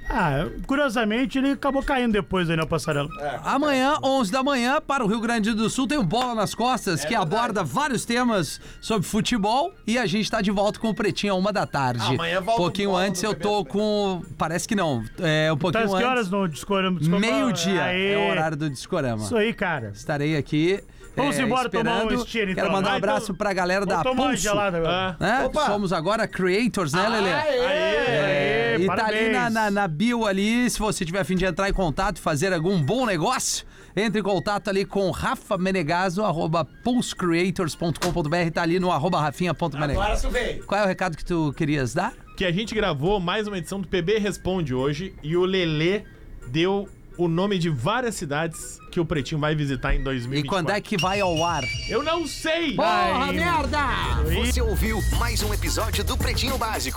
Speaker 3: Ah, curiosamente ele acabou caindo depois aí na passarela.
Speaker 5: É.
Speaker 4: Amanhã, 11 da manhã, para o Rio Grande do Sul, tem o Bola nas Costas,
Speaker 5: É
Speaker 4: que aborda vários temas sobre futebol. E a gente está de volta com o Pretinho a uma da tarde.
Speaker 5: Amanhã volta o
Speaker 4: pouquinho
Speaker 5: Bola
Speaker 4: antes
Speaker 5: do
Speaker 4: eu tô
Speaker 5: PB
Speaker 4: com. Parece que não. É um
Speaker 3: Tá
Speaker 4: pouquinho
Speaker 3: às que horas
Speaker 4: antes.
Speaker 3: no Discorama? Desculpa.
Speaker 4: Meio-dia
Speaker 3: Aê.
Speaker 4: é o horário do Discorama.
Speaker 3: Isso aí, cara.
Speaker 4: Estarei aqui.
Speaker 3: Vamos
Speaker 4: é,
Speaker 3: embora tomar
Speaker 4: esperando.
Speaker 3: um estilo, então.
Speaker 4: Quero mandar um
Speaker 3: Vai, então.
Speaker 4: abraço pra galera da
Speaker 3: Vamos tomar uma
Speaker 4: Pulso.
Speaker 3: gelada agora.
Speaker 8: Ah.
Speaker 4: né?
Speaker 5: Opa!
Speaker 4: Somos agora creators, né, Lelê?
Speaker 3: Aê,
Speaker 4: É, e tá
Speaker 3: parabéns.
Speaker 4: ali na, na, na bio ali, se você tiver a fim de entrar em contato e fazer algum bom negócio, entre em contato ali com Rafa Menegaso, arroba pulsecreators.com.br, tá ali no arroba rafinha.menegaso.
Speaker 5: tu veio.
Speaker 4: Qual é o recado que tu querias dar?
Speaker 8: que a gente gravou mais uma edição do PB Responde hoje e o Lelê deu o nome de várias cidades que o Pretinho vai visitar em
Speaker 4: E
Speaker 8: 2024.
Speaker 4: quando é que vai ao ar?
Speaker 8: Eu não sei!
Speaker 4: Porra, merda!
Speaker 11: Você ouviu mais um episódio do Pretinho Básico.